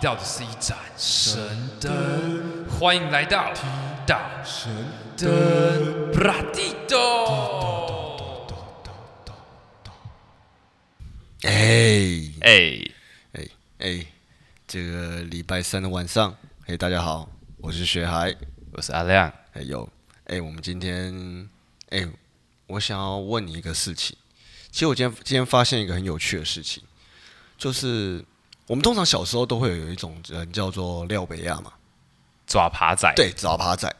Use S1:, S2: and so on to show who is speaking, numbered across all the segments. S1: 到的是一盏神灯，欢迎来到提到神灯布拉蒂多。
S2: 哎
S1: 哎，
S2: 哎哎，这个礼拜三的晚上，嘿，大家好，我是雪海，
S1: 我是阿亮，
S2: 哎有，哎，我们今天，哎，我想要问你一个事情，其实我今天今天发现一个很有趣的事情，就是我们通常小时候都会有一种人叫做廖北亚嘛，
S1: 抓爬仔。
S2: 对，找耙仔。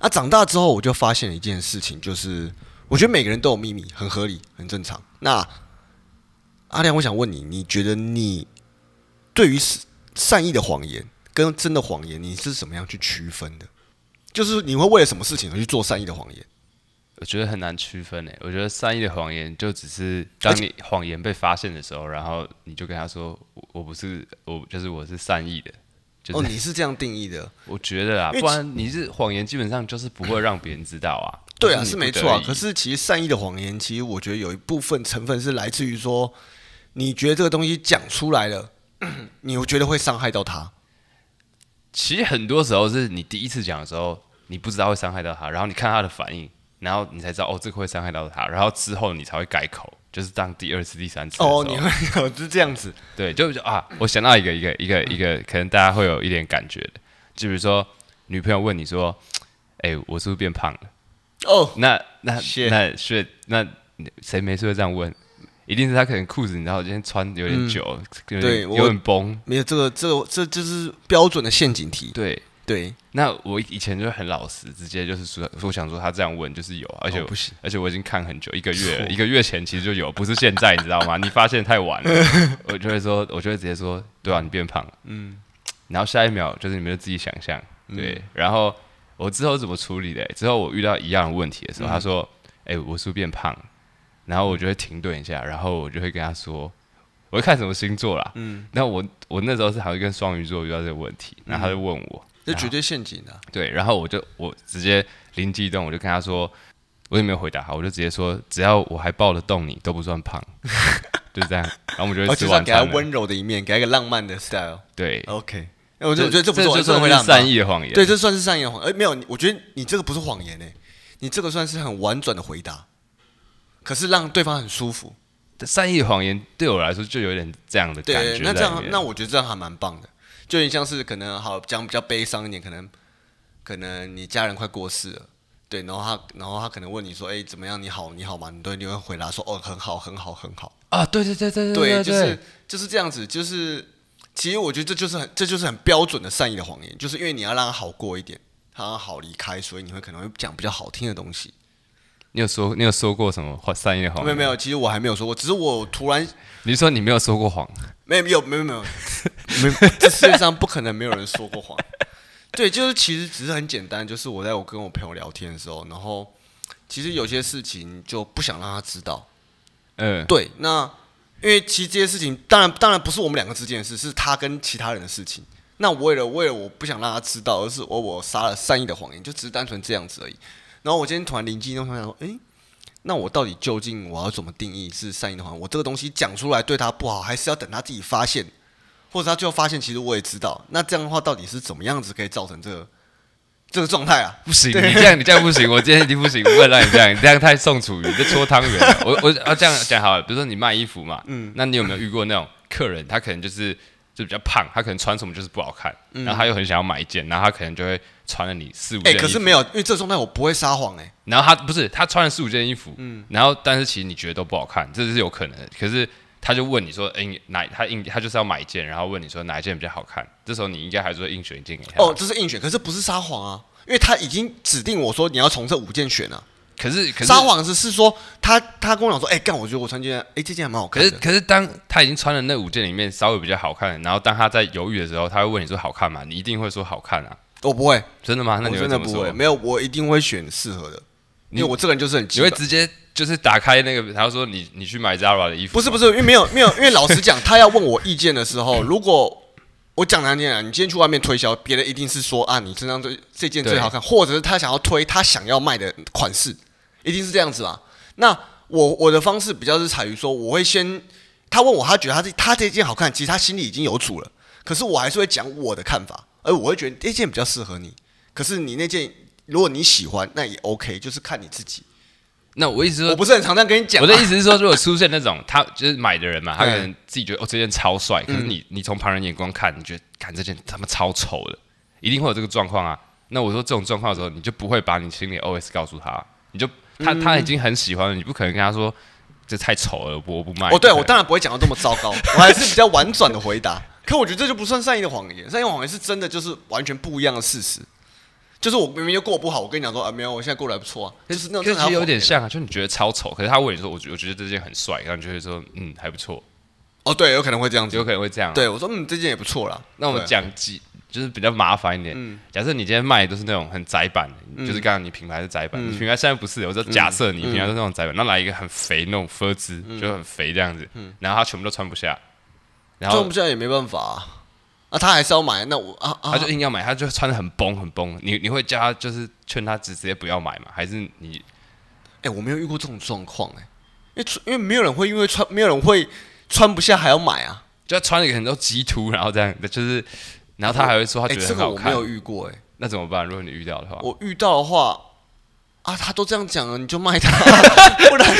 S2: 啊，长大之后我就发现了一件事情，就是我觉得每个人都有秘密，很合理，很正常。那阿亮，我想问你，你觉得你对于善善意的谎言跟真的谎言，你是怎么样去区分的？就是你会为了什么事情而去做善意的谎言？
S3: 我觉得很难区分欸诶。我觉得善意的谎言就只是当你谎言被发现的时候，然后你就跟他说：“我我不是我，就是我是善意的。”就
S2: 哦，
S3: 是
S2: 你是这样定义的，
S3: 我觉得啊，
S2: 因为
S3: 不然你是谎言，基本上就是不会让别人知道啊。
S2: 对
S3: 就
S2: 啊，
S3: 是你
S2: 没
S3: 不得
S2: 错啊
S3: 已。
S2: 可是其实善意的谎言，其实我觉得有一部分成分是来自于说，你觉得这个东西讲出来了，你会觉得会伤害到他。
S3: 其实很多时候是你第一次讲的时候，你不知道会伤害到他，然后你看他的反应，然后你才知道哦，这个会伤害到他，然后之后你才会改口，就是当第二次、第三次的时候
S2: 哦，你会 是这样子，
S3: 对，就就啊，我想到一个一个一个一个，可能大家会有一点感觉的，就比如说女朋友问你说：“哎、我是不是变胖了
S2: 哦，？”
S3: 那那
S2: Shit
S3: 那是那谁没事会这样问？一定是他可能裤子，你知道今天穿有点久，有
S2: 嗯对
S3: 点
S2: 我
S3: 有点崩。
S2: 没有这个，这个这就是标准的陷阱题。
S3: 对，
S2: 对，
S3: 那我以前就很老实，直接就是说，我想说他这样问就是有啊，而且、
S2: 哦不行
S3: 而且我已经看很久，一个月了，一个月前其实就有，不是现在，你知道吗？你发现太晚了，我就会说，我就会直接说，对啊，你变胖了，嗯，然后下一秒就是你们就自己想象，对，然后我之后怎么处理的？之后我遇到一样的问题的时候，他说，哎、我是不是变胖了？然后我就会停顿一下，然后我就会跟他说，我会看什么星座啦，嗯，那我我那时候是好像跟双鱼座遇到这个问题，然后他就问我。
S2: 这
S3: 然后
S2: 绝对陷阱啊！
S3: 对，然后我就我直接灵机一动，我就跟他说，我也没有回答他，我就直接说，只要我还抱得动你，都不算胖， 就是这样。然后我们就
S2: 而
S3: 会吃
S2: 且哦要
S3: 晚
S2: 给他
S3: 餐了。
S2: 温柔的一面，给他一个浪漫的 style。
S3: 对，
S2: OK，哎我就我觉得这不
S3: 这
S2: 错，
S3: 就
S2: 个
S3: 算
S2: 会
S3: 是
S2: 让
S3: 善意的谎言。
S2: 对，这算是善意的谎。哎，没有，我觉得你这个不是谎言诶，欸你这个算是很婉转的回答，可是让对方很舒服。
S3: 善意的谎言对我来说就有点这样的感
S2: 对，
S3: 觉
S2: 那这
S3: 在里
S2: 样，
S3: 面
S2: 那我觉得这样还蛮棒的，就有点像是可能好讲比较悲伤一点，可能可能你家人快过世了，对，然后他然后他可能问你说，哎，怎么样？你好，你好吗？你都你会回答说，哦，很好，很好，很好。
S3: 啊，对对对对
S2: 对，
S3: 对，
S2: 就是就是这样子，就是其实我觉得这就是很这就是很标准的善意的谎言，就是因为你要让他好过一点，他要好离开，所以你会可能会讲比较好听的东西。
S3: 你有说你有说过什么话善意的谎言？
S2: 没有没，有，其实我还没有说过，只是我突然
S3: 你是说你没有说过谎，
S2: 没有没有没有没有，没有这世界上不可能没有人说过谎。 对，就是其实只是很简单，就是我在我跟我朋友聊天的时候，然后其实有些事情就不想让他知道。
S3: 嗯，
S2: 对，那因为其实这些事情，当然当然不是我们两个之间的事，是他跟其他人的事情。那我为了为了我不想让他知道，而是我我撒了善意的谎言，就只是单纯这样子而已。然后我今天突然灵机一动，想说，诶，那我到底究竟我要怎么定义是善意的谎言？我这个东西讲出来对他不好，还是要等他自己发现，或者他最后发现其实我也知道？那这样的话到底是怎么样子可以造成这个这个状态啊？
S3: 不行，你这样你这样不行，我今天已经不行，我不能让你这样，你这样太宋楚瑜，你在搓汤圆了。我我要这样讲好了，比如说你卖衣服嘛，嗯，那你有没有遇过那种客人，他可能就是就比较胖，他可能穿什么就是不好看，然后他又很想要买一嗯件，然后他可能就会穿了你四五
S2: 诶，
S3: 件衣服，嗯
S2: 可是没有，因为这个状态我不会撒谎诶。
S3: 然后他不是他穿了四五件衣服，然后但是其实你觉得都不好看，这是有可能的。可是他就问你说，哎、你哪他硬他就是要买一件，然后问你说哪一件比较好看，这时候你应该还是会硬选一件给他。
S2: 哦，这是硬选，可是不是撒谎啊，因为他已经指定我说你要从这五件选啊。
S3: 可是可是
S2: 撒谎是是说他他跟我讲说，哎、干，我觉得我穿这件，哎、这件还蛮好
S3: 可
S2: 看
S3: 是，
S2: 的。
S3: 可是当他已经穿了那五件里面稍微比较好看的，然后当他在犹豫的时候，他会问你说好看吗？你一定会说好看啊，
S2: 我不会，
S3: 真的吗？那
S2: 我
S3: 你会
S2: 真的
S3: 怎么
S2: 不
S3: 说
S2: 会，？没有，我一定会选适合的，因为我这个人就是很
S3: 你
S2: 急
S3: 会
S2: 的。
S3: 直接就是打开那个，然后说你你去买 Zara 的衣服？
S2: 不是不是，因为没有没有，因为老实讲，他要问我意见的 时候，如果我讲难听点啊，你今天去外面推销，别人一定是说啊，你身上最这件最
S3: 对
S2: 好看，或者是他想要推他想要卖的款式，一定是这样子嘛。那我我的方式比较是采于说，我会先他问我，他觉得他这他这件好看，其实他心里已经有主了。可是我还是会讲我的看法，而我会觉得那件比较适合你。可是你那件，如果你喜欢，那也 OK，就是看你自己。
S3: 那我一直
S2: 我
S3: 说，
S2: 不是很常这样跟你讲、啊，
S3: 呃我的意思是说，如果出现那种他就是买的人嘛，他可
S2: 嗯
S3: 能自己觉得哦这件超帅， 可是你你从旁人眼光看，你觉得看这件他妈超丑的，一定会有这个状况啊。那我说这种状况的时候，你就不会把你心里 OS 告诉他，你就他
S2: 嗯
S3: 他已经很喜欢了，你不可能跟他说这太丑了，我我不卖。
S2: 哦，
S3: 不
S2: 对，
S3: 可
S2: 我
S3: 能
S2: 当然不会讲到这么 糟糕，我还是比较婉转的回答。可我觉得这就不算善意的谎言，善意的谎言是真的就是完全不一样的事实。就是我明明就过得不好，我跟你讲说啊，没有，我现在过得还不错啊，就是那种
S3: 可
S2: 正
S3: 是
S2: 常
S3: 其
S2: 的
S3: 实有点
S2: 谎言
S3: 像啊，就你觉得超丑，可是他问你说，我觉我觉得这件很帅，然后你就会说，嗯，还不错，
S2: 哦，对，有可能会这样子
S3: 有。可能会这样啊。
S2: 对，我说嗯，这件也不错啦。
S3: 那我们
S2: 对嗯
S3: 讲几，就是比较麻烦一点。假设你今天卖的都是那种很窄版的，就是刚刚你品牌是窄版，
S2: 嗯
S3: 你品牌现在不是。我说假设你品牌是那种窄版，那来一个很肥那种分支，
S2: 嗯
S3: 就很肥这样子，然后他全部都穿不下，然
S2: 赚
S3: 后
S2: 嗯不下也没办法啊，啊他还是要买，那我啊
S3: 他
S2: 啊
S3: 就，硬要买，他就穿的很崩很崩。你你会叫他就是劝他直直接不要买嘛？还是你
S2: 哎，我没有遇过这种状况哎，因为穿因为没有人会因为穿没有人会穿不下还要买啊。
S3: 就他穿了一个很多极突，然后这样就是，然后他还会说他
S2: 哎，
S3: 觉得
S2: 这
S3: 很
S2: 个
S3: 好
S2: 我没
S3: 看，
S2: 有遇过哎，
S3: 那怎么办？如果你遇到的话，
S2: 我遇到的话，啊，他都这样讲了，你就卖 他，不然，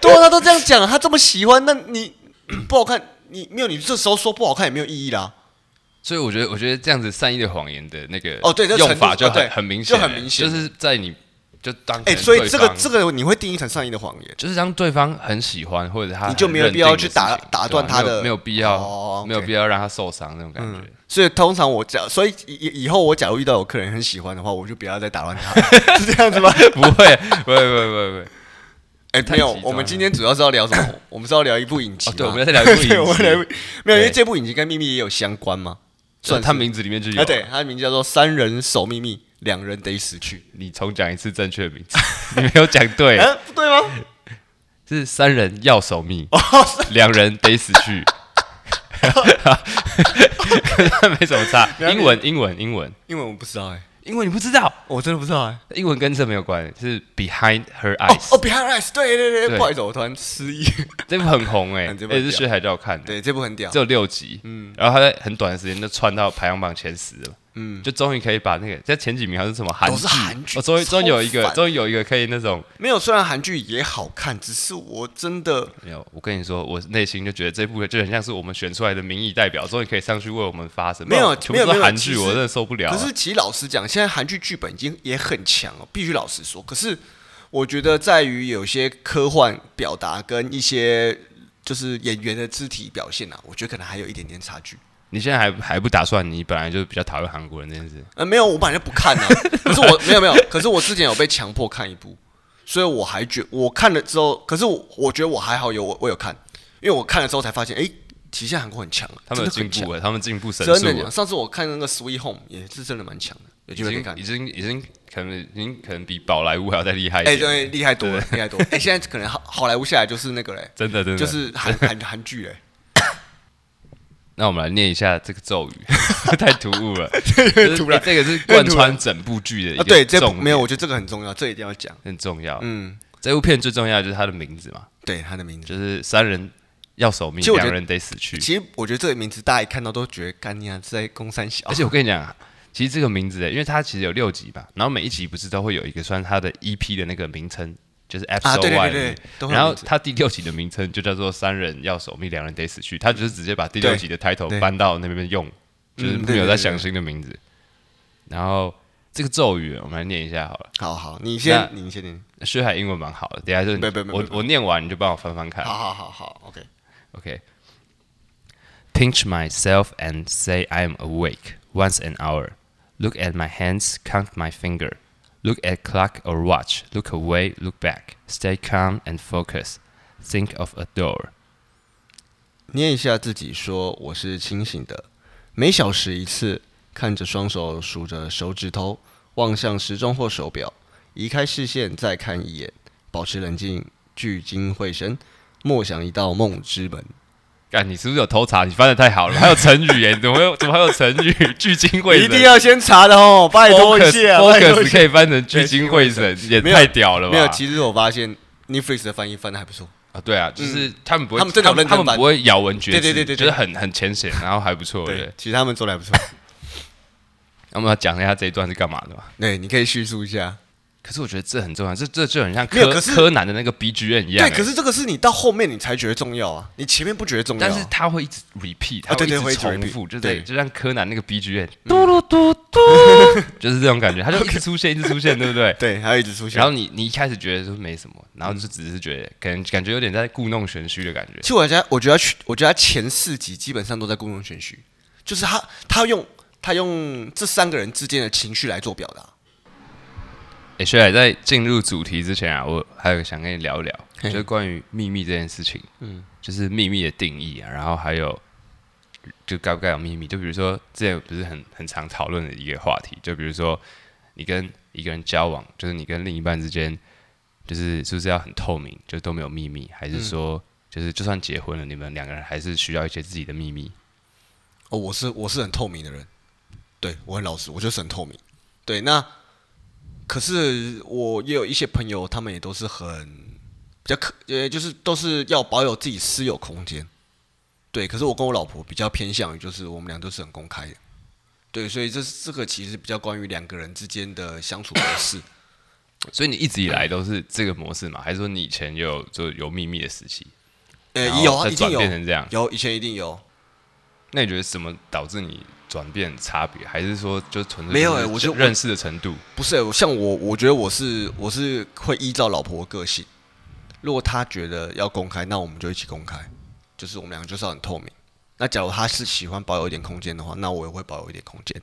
S2: 对啊，他都这样讲了，他这么喜欢，那 你不好看，你没有，你这时候说不好看也没有意义啦。
S3: 所以我觉得，我觉得这样子善意的谎言的那个
S2: 哦对这
S3: 用法
S2: 程
S3: 就很
S2: 度哦对
S3: 很明显，
S2: 就很明显
S3: 就是在你就当
S2: 哎、
S3: 可能
S2: 所以
S3: 对
S2: 这个
S3: 方
S2: 这个你会定义成善意的谎言。
S3: 就是让对方很喜欢，或者他
S2: 你就
S3: 很
S2: 没有
S3: 认
S2: 必要
S3: 定的
S2: 去
S3: 事
S2: 打
S3: 情
S2: 打
S3: 对吧
S2: 断他
S3: 没有
S2: 的
S3: 没有必要，
S2: 哦，OK 嗯
S3: 没有必要让他受伤那种感觉。
S2: 所以通常我假，所以以以后我假如遇到有客人很喜欢的话，我就不要再打 乱他，是这样子吗？
S3: 不会，不会，不会，不会，不会。
S2: 哎、
S3: 太
S2: 没有
S3: 极，端
S2: 我们
S3: 了
S2: 今天主要是要聊什么？我们是要聊一部影集
S3: 哦
S2: 吗、，
S3: 对，我们在聊一部
S2: 对我
S3: 影
S2: 们聊一
S3: 集，
S2: 部没有，因为
S3: 对
S2: 这部影集跟秘密也有相关嘛。
S3: 就
S2: 算
S3: 他
S2: 是
S3: 名字里面就有
S2: 啊，。对，它的名字叫做《三人守秘密，两人得死去
S3: 你重讲一次正确的名字， 你没有讲》。对，
S2: 哎，不对吗？
S3: 是三人要守 密，
S2: 哦
S3: 两人得死去。 可是没什么差，
S2: 两
S3: 英文，英文，英文，
S2: 英文我不知道哎，
S3: 英文你不知道。
S2: 我真的不知道哎。
S3: 英文跟这没有关系，是 Behind Her
S2: 哦
S3: Eyes，、
S2: 哦，Behind Eyes，对对
S3: 对
S2: 对，不好意思，我突然失忆。
S3: 这部很红哎、欸，
S2: 嗯 这部
S3: 也
S2: 很
S3: 是
S2: 屌
S3: 薛海叫我看的，
S2: 对，嗯这部很屌
S3: 只。有六集，然后他在很短的时间就窜到排行榜前十了，嗯，就终于可以把那个在前几名好像是什么韩
S2: 都是韩
S3: 剧，
S2: 剧
S3: 我终于终于有一
S2: 超
S3: 个，
S2: 烦
S3: 终于有一个可以那种，
S2: 没有，虽然韩剧也好看，只是我真的
S3: 没有，我跟你说，我内心就觉得这部就很像是我们选出来的民意代表，终于可以上去为我们发声，
S2: 没有
S3: 不然全
S2: 没
S3: 部
S2: 有
S3: 都
S2: 没
S3: 是
S2: 有
S3: 韩
S2: 其
S3: 剧，
S2: 实
S3: 我真的受不了啊、
S2: 可是其实老实讲，现在韩剧剧本已经也很强了，必须老实说。可是我觉得在于有些科幻表达跟一些就是演员的肢体表现啊，我觉得可能还有一点点差距。
S3: 你现在还还不打算，你本来就比较讨厌韩国人这件事，
S2: 呃，没有，我本来就不看 啊。可是我没有没有，可是我之前有被强迫看一部，所以我还觉我看了之后，可是我我觉得我还好有我我有看，因为我看了之后才发现，哎、其实韩国很强，啊
S3: 他们有
S2: 真
S3: 进
S2: 的很
S3: 步了，他们进步神
S2: 强，真
S3: 速啊
S2: 的
S3: 了
S2: 很强。上次我看那个《Sweet Home》也是真的蛮强的，有
S3: 已
S2: 机会可以
S3: 经
S2: 看
S3: 已。经已经可能已经可能比宝莱坞还要再厉害一
S2: 哎、
S3: 点。
S2: 对，厉害多了，厉害多了。哎、现在可能好好莱坞下来就是那个嘞，
S3: 真的真的
S2: 就是韩韩韩剧嘞。
S3: 那我们来念一下这个咒 语，太突兀了，就是
S2: 突然
S3: 这个是贯穿整部剧 的一
S2: 啊，
S3: 个
S2: 对，这
S3: 重点
S2: 没有，我觉得这个很重要，这一定要讲。
S3: 很重要。
S2: 嗯，
S3: 这部片最重要的就是它的名字嘛，
S2: 对，他的名字。
S3: 就是三人要守命
S2: 其实，我觉得
S3: 两人得死去。
S2: 其实我觉得这个名字大家一看到都觉得干你啊是在公三小
S3: 而。且我跟你讲啊，其实这个名字，欸因为它其实有六集吧，然后每一集不是都会有一个算它的 EP 的那个名称，就是 Episode
S2: 啊对对
S3: One
S2: 对对都会有
S3: 然后
S2: 名字
S3: 它第六集的名称就叫做“三人要守密，两人得死去”，它就是直接把第六
S2: 对
S3: 集的 title
S2: 对
S3: 搬到那边用，就是
S2: 嗯
S3: 没
S2: 对
S3: 有
S2: 对
S3: 在
S2: 对
S3: 想
S2: 对
S3: 新的名字。然后这个咒语，我们来念一下好了。
S2: 好好，你先，你先念。
S3: 薛海英文蛮好的，等一下就是你
S2: 不不不
S3: 我
S2: 不
S3: 我念完你就帮我翻翻看。
S2: 好好好好，OK。
S3: Okay. Pinch myself and say I'm awake once an hour. Look at my hands, count my finger. Look at clock or watch. Look away, look back. Stay calm and focus. Think of a door.
S2: 捏一下自己，说我是清醒的。每小时一次，看着双手数着手指头，望向时钟或手表，移开视线再看一眼，保持冷静，聚精会神，默想一道梦之门。
S3: 干，你是不是有偷查？你翻的太好了，还有成语耶？你怎么会有？怎么还有成语？聚精会神，
S2: 一定要先查的哦，拜托一
S3: focus
S2: 下， 拜托一
S3: focus
S2: 下
S3: 可以翻成聚精会神，也
S2: 没有
S3: 太屌了吧？
S2: 没有，其实我发现 Netflix 的翻译翻的还不错，
S3: 啊，对啊，就是他们不会，
S2: 他们真的有认真
S3: 他们
S2: 办
S3: 不会咬文嚼字，
S2: 对对对对对
S3: 就是很很浅显，然后还不错，对
S2: 对，。其实他们做的还 不错。
S3: 那我们要讲一下这一段是干嘛的嘛？
S2: 对，你可以叙述一下。
S3: 可是我觉得这很重要，这这就很像
S2: 没有
S3: 柯
S2: 可是
S3: 柯南的那个 B G N 一样、欸
S2: 对，可是这个是你到后面你才觉得重要啊，你前面不觉得重要啊。
S3: 但是他会一直 repeat，他
S2: 对对
S3: 一直
S2: 会一
S3: 重
S2: 直
S3: 复，
S2: repeat，
S3: 就
S2: 对
S3: 是就像柯南那个 B G N，嘟噜嘟嘟， 就是这种感觉，他就一直出现，一直出现，对不对？
S2: 对，还有一直出现。
S3: 然后你你一开始觉得说没什么，然后就只是觉得感感觉有点在故弄玄虚的感觉
S2: 其，实我觉得，我觉得去，我觉得他前四集基本上都在故弄玄虚，就是他他用他用这三个人之间的情绪来做表达。
S3: 欸，薛海在进入主题之前啊，我还有想跟你聊一聊，就
S2: 嘿
S3: 是关于秘密这件事情，嗯
S2: 嗯，
S3: 就是秘密的定义啊，然后还有就该不该有秘密，就比如说之前不是很很常讨论的一个话题，就比如说你跟一个人交往，就是你跟另一半之间，就是是不是要很透明，就是都没有秘密，还是说、就是就算结婚了，你们两个人还是需要一些自己的秘密？
S2: 哦，我是我是很透明的人，对我很老实，我就是很透明。对，那可是我也有一些朋友，他们也都是很比较可，呃，就是都是要保有自己私有空间。对，可是我跟我老婆比较偏向于，就是我们俩都是很公开的。对，所以这是这个其实比较关于两个人之间的相处模 式。
S3: 所以你一直以来都是这个模式嘛？还是说你以前也有就有秘密的时期？
S2: 呃
S3: 然，后
S2: 有啊，
S3: 再
S2: 一定
S3: 转
S2: 有，
S3: 变成这样
S2: 有以前一定有，
S3: 那你觉得什么导致你转变差别？还是说就纯粹
S2: 没有
S3: 就是
S2: 欸我觉得我
S3: 认识的程度？
S2: 不是欸、我像我，我觉得我是我是会依照老婆的个性，如果她觉得要公开，那我们就一起公开，就是我们两个就是要很透明。那假如她是喜欢保有一点空间的话，那我也会保有一点空间。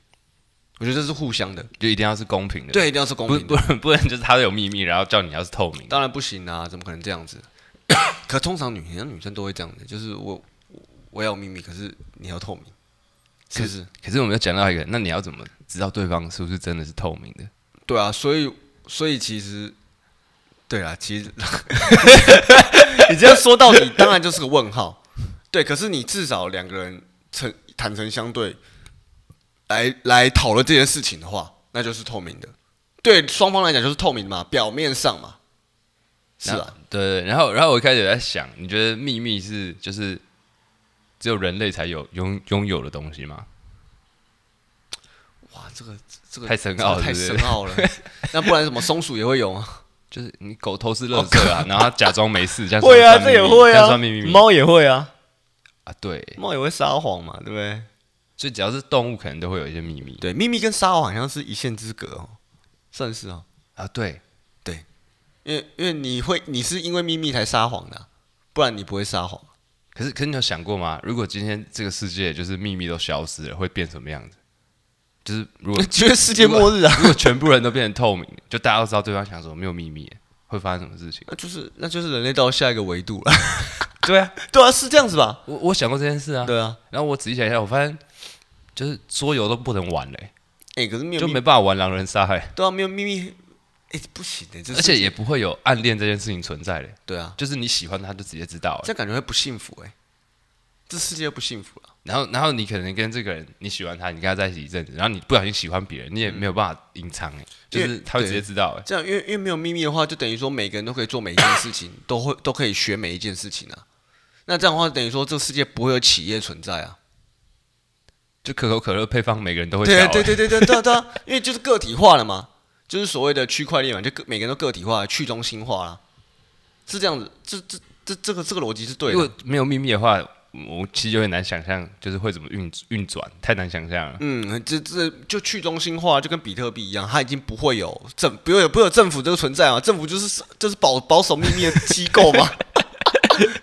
S2: 我觉得这是互相的，
S3: 就一定要是公平的，
S2: 对，一定要是公
S3: 不
S2: 平的。
S3: 不能不能就是他有秘密，然后叫你要是透明的。
S2: 当然不行啊，怎么可能这样子？ 可通常女生女生都会这样的，就是我我我要有秘密，可是你要透明，是不是？
S3: 可是我们又讲到一个，那你要怎么知道对方是不是真的是透明的？
S2: 对啊，所以所以其实，对啊，其实你这样说到底，当然就是个问号。对，可是你至少两个人诚坦诚相对，来来讨论这件事情的话，那就是透明的。对双方来讲就是透明嘛，表面上嘛，是
S3: 然
S2: 啊
S3: 后，，对。然后然后我一开始在想，你觉得秘密是就是只有人类才有拥拥有的东西吗？
S2: 哇，这个这个
S3: 太深奥了
S2: 这个太
S3: 是不
S2: 深
S3: 是
S2: 奥了。那不然什么松鼠也会有啊吗？
S3: 就是你狗偷吃垃圾啊，然后它假装没事，这样
S2: 会啊，
S3: 算
S2: 这
S3: 秘密
S2: 也会
S3: 这样
S2: 啊
S3: 算秘密，吗
S2: 猫也会啊，
S3: 啊，对。
S2: 猫也会撒谎嘛，对不对？
S3: 所以只要是动物，可能都会有一些秘密
S2: 对，秘密跟撒谎好像是一线之隔哦，算是哦。
S3: 啊，对。
S2: 对，因为因为你会，你是因为秘密才撒谎的啊、不然你不会撒谎。
S3: 可是，可是你有想过吗？如果今天这个世界就是秘密都消失了，会变什么样子？就是如果
S2: 觉得世界末日啊，
S3: 如果全部人都变成透明，就大家都知道对方想什么，没有秘密，会发生什么事情？
S2: 那就是那就是人类到下一个维度了。
S3: 对啊，
S2: 对啊，是这样子吧？
S3: 我我想过这件事啊。
S2: 对啊，
S3: 然后我仔细想一下，我发现就是桌游都不能玩嘞、
S2: 哎、可是没有
S3: 就
S2: 秘
S3: 没办法玩狼人杀害、
S2: 对啊，没有秘密，哎、不行的、这
S3: 而且也不会有暗恋这件事情存在嘞、
S2: 对啊，
S3: 就是你喜欢他就直接知道、欸，
S2: 这样感觉会不幸福哎、这世界不幸福啊了、
S3: 然后然后你可能跟这个人你喜欢他，你跟他在一起一阵子，然后你不小心喜欢别人，你也没有办法隐藏、欸，就是他会直接知道、欸，
S2: 这样，因为因为没有秘密的话，就等于说每个人都可以做每一件事情，都会都可以学每一件事情啊。那这样的话，等于说这个世界不会有企业存在啊。
S3: 就可口可乐配方每个人都会调、
S2: 对
S3: 欸
S2: 啊，对对对对对啊对啊，因为就是个体化了嘛，就是所谓的区块链嘛，就个每个人都个体化、去中心化啦，是这样子。这这这这个这个逻辑是对
S3: 如果
S2: 的。
S3: 没有秘密的话，我其实有点难想象，就是会怎么运运转，太难想象了。
S2: 嗯，这这就去中心化，就跟比特币一样，它已经不会有政，不会有不会有政府这个存在嘛？政府就是就是保保守秘密的机 构嘛，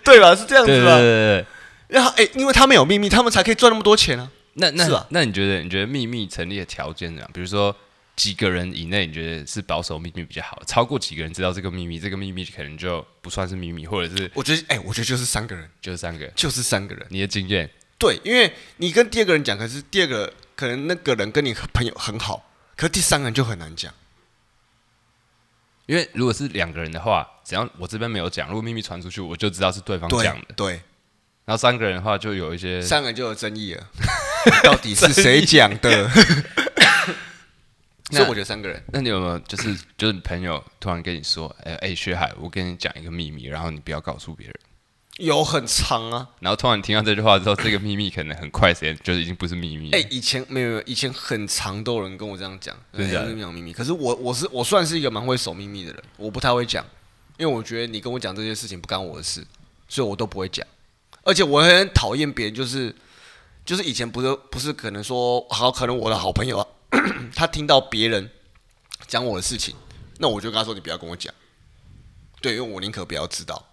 S2: 对吧？ 是这样
S3: 对对
S2: 子
S3: 对
S2: 吧？
S3: 对对。
S2: 然后哎，因为他们有秘密，他们才可以赚那么多钱啊。
S3: 那那、
S2: 是啊
S3: 那你觉得你觉得秘密成立的条件怎么样？比如说几个人以内，你觉得是保守秘密比较好？超过几个人知道这个秘密，这个秘密可能就不算是秘密，或者是
S2: 我觉得哎，我觉得就是三个人，
S3: 就是三个。
S2: 就是三个人。
S3: 你的经验，
S2: 对，因为你跟第二个人讲，可是第二个可能那个人跟你朋友很好，可是第三个人就很难讲。
S3: 因为如果是两个人的话，只要我这边没有讲，如果秘密传出去，我就知道是对方
S2: 对
S3: 讲的。
S2: 对，
S3: 然后三个人的话，就有一些
S2: 三个人就有争议了，到底是谁讲的？所以我觉得三个人，
S3: 那你有没有就是就是朋友突然跟你说，哎、哎、薛海，我跟你讲一个秘密，然后你不要告诉别人。
S2: 有很长啊。
S3: 然后突然听到这句话之后，这个秘密可能很快时间就是已经不是秘密了。
S2: 哎、以前没有没有，以前很长都有人跟我这样讲，
S3: 真的假的
S2: 哎我跟你讲秘密。可是我我是我算是一个蛮会守秘密的人，我不太会讲，因为我觉得你跟我讲这些事情不干我的事，所以我都不会讲。而且我很讨厌别人，就是就是以前不是不是可能说好，可能我的好朋友、啊、 他听到别人讲我的事情，那我就跟他说你不要跟我讲，对，因为我宁可不要知道。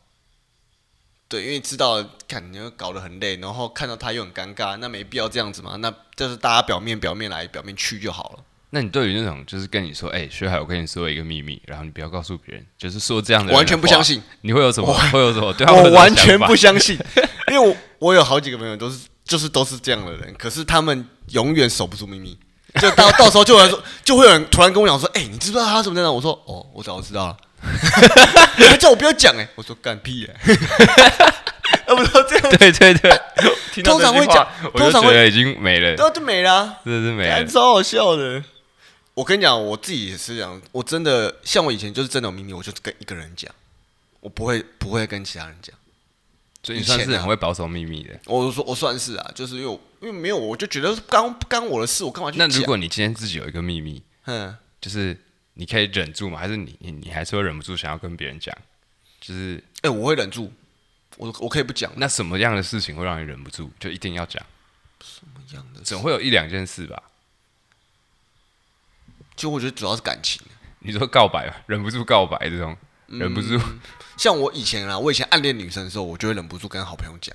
S2: 对，因为知道看你又搞得很累，然后看到他又很尴尬，那没必要这样子嘛。那就是大家表面表面来，表面去就好了。
S3: 那你对于那种就是跟你说，哎、薛海，我跟你说一个秘密，然后你不要告诉别人，就是说这样的人的话，
S2: 完全不相信
S3: 你会有什么？会有什么？ 对他会有
S2: 我
S3: 什么
S2: 完全
S3: 想法
S2: 不相信，因为我我有好几个朋友都是就是都是这样的人，可是他们永远守不住秘密。就到 到时候就有人说，就会有人突然跟我讲说：“哎、你知不知道他怎么在哪？”我说：“哦，我早就知道了。” 他叫我不要讲哎、我说：“干屁 哎、欸！”不知道这样，
S3: 对对对，听到
S2: 通常
S3: 这句
S2: 会
S3: 话
S2: 讲
S3: 我就
S2: 通常
S3: 觉
S2: 会
S3: 得已经没了，
S2: 然后就没了啊、
S3: 真的是没
S2: 哎
S3: 了。
S2: 超好笑的。我跟你讲，我自己也是这样，我真的像我以前就是真的有秘密，我就是跟一个人讲，我不会不会跟其他人讲。
S3: 所以你算是
S2: 以前啊
S3: 很会保守秘密的。
S2: 我说我算是啊，就是因为我因为没有，我就觉得干不干我的事，我干嘛去
S3: 那
S2: 讲？
S3: 如果你今天自己有一个秘密，
S2: 嗯，
S3: 就是你可以忍住吗？还是你你你还是会忍不住想要跟别人讲？就是
S2: 哎、我会忍住，我我可以不讲。
S3: 那什么样的事情会让你忍不住，就一定要讲？
S2: 那样的，
S3: 总会有一两件事吧。
S2: 就我觉得主要是感情。
S3: 你说告白吧，忍不住告白这种，
S2: 嗯
S3: 忍不住。
S2: 像我以前啊，我以前暗恋女生的时候，我就会忍不住跟好朋友讲。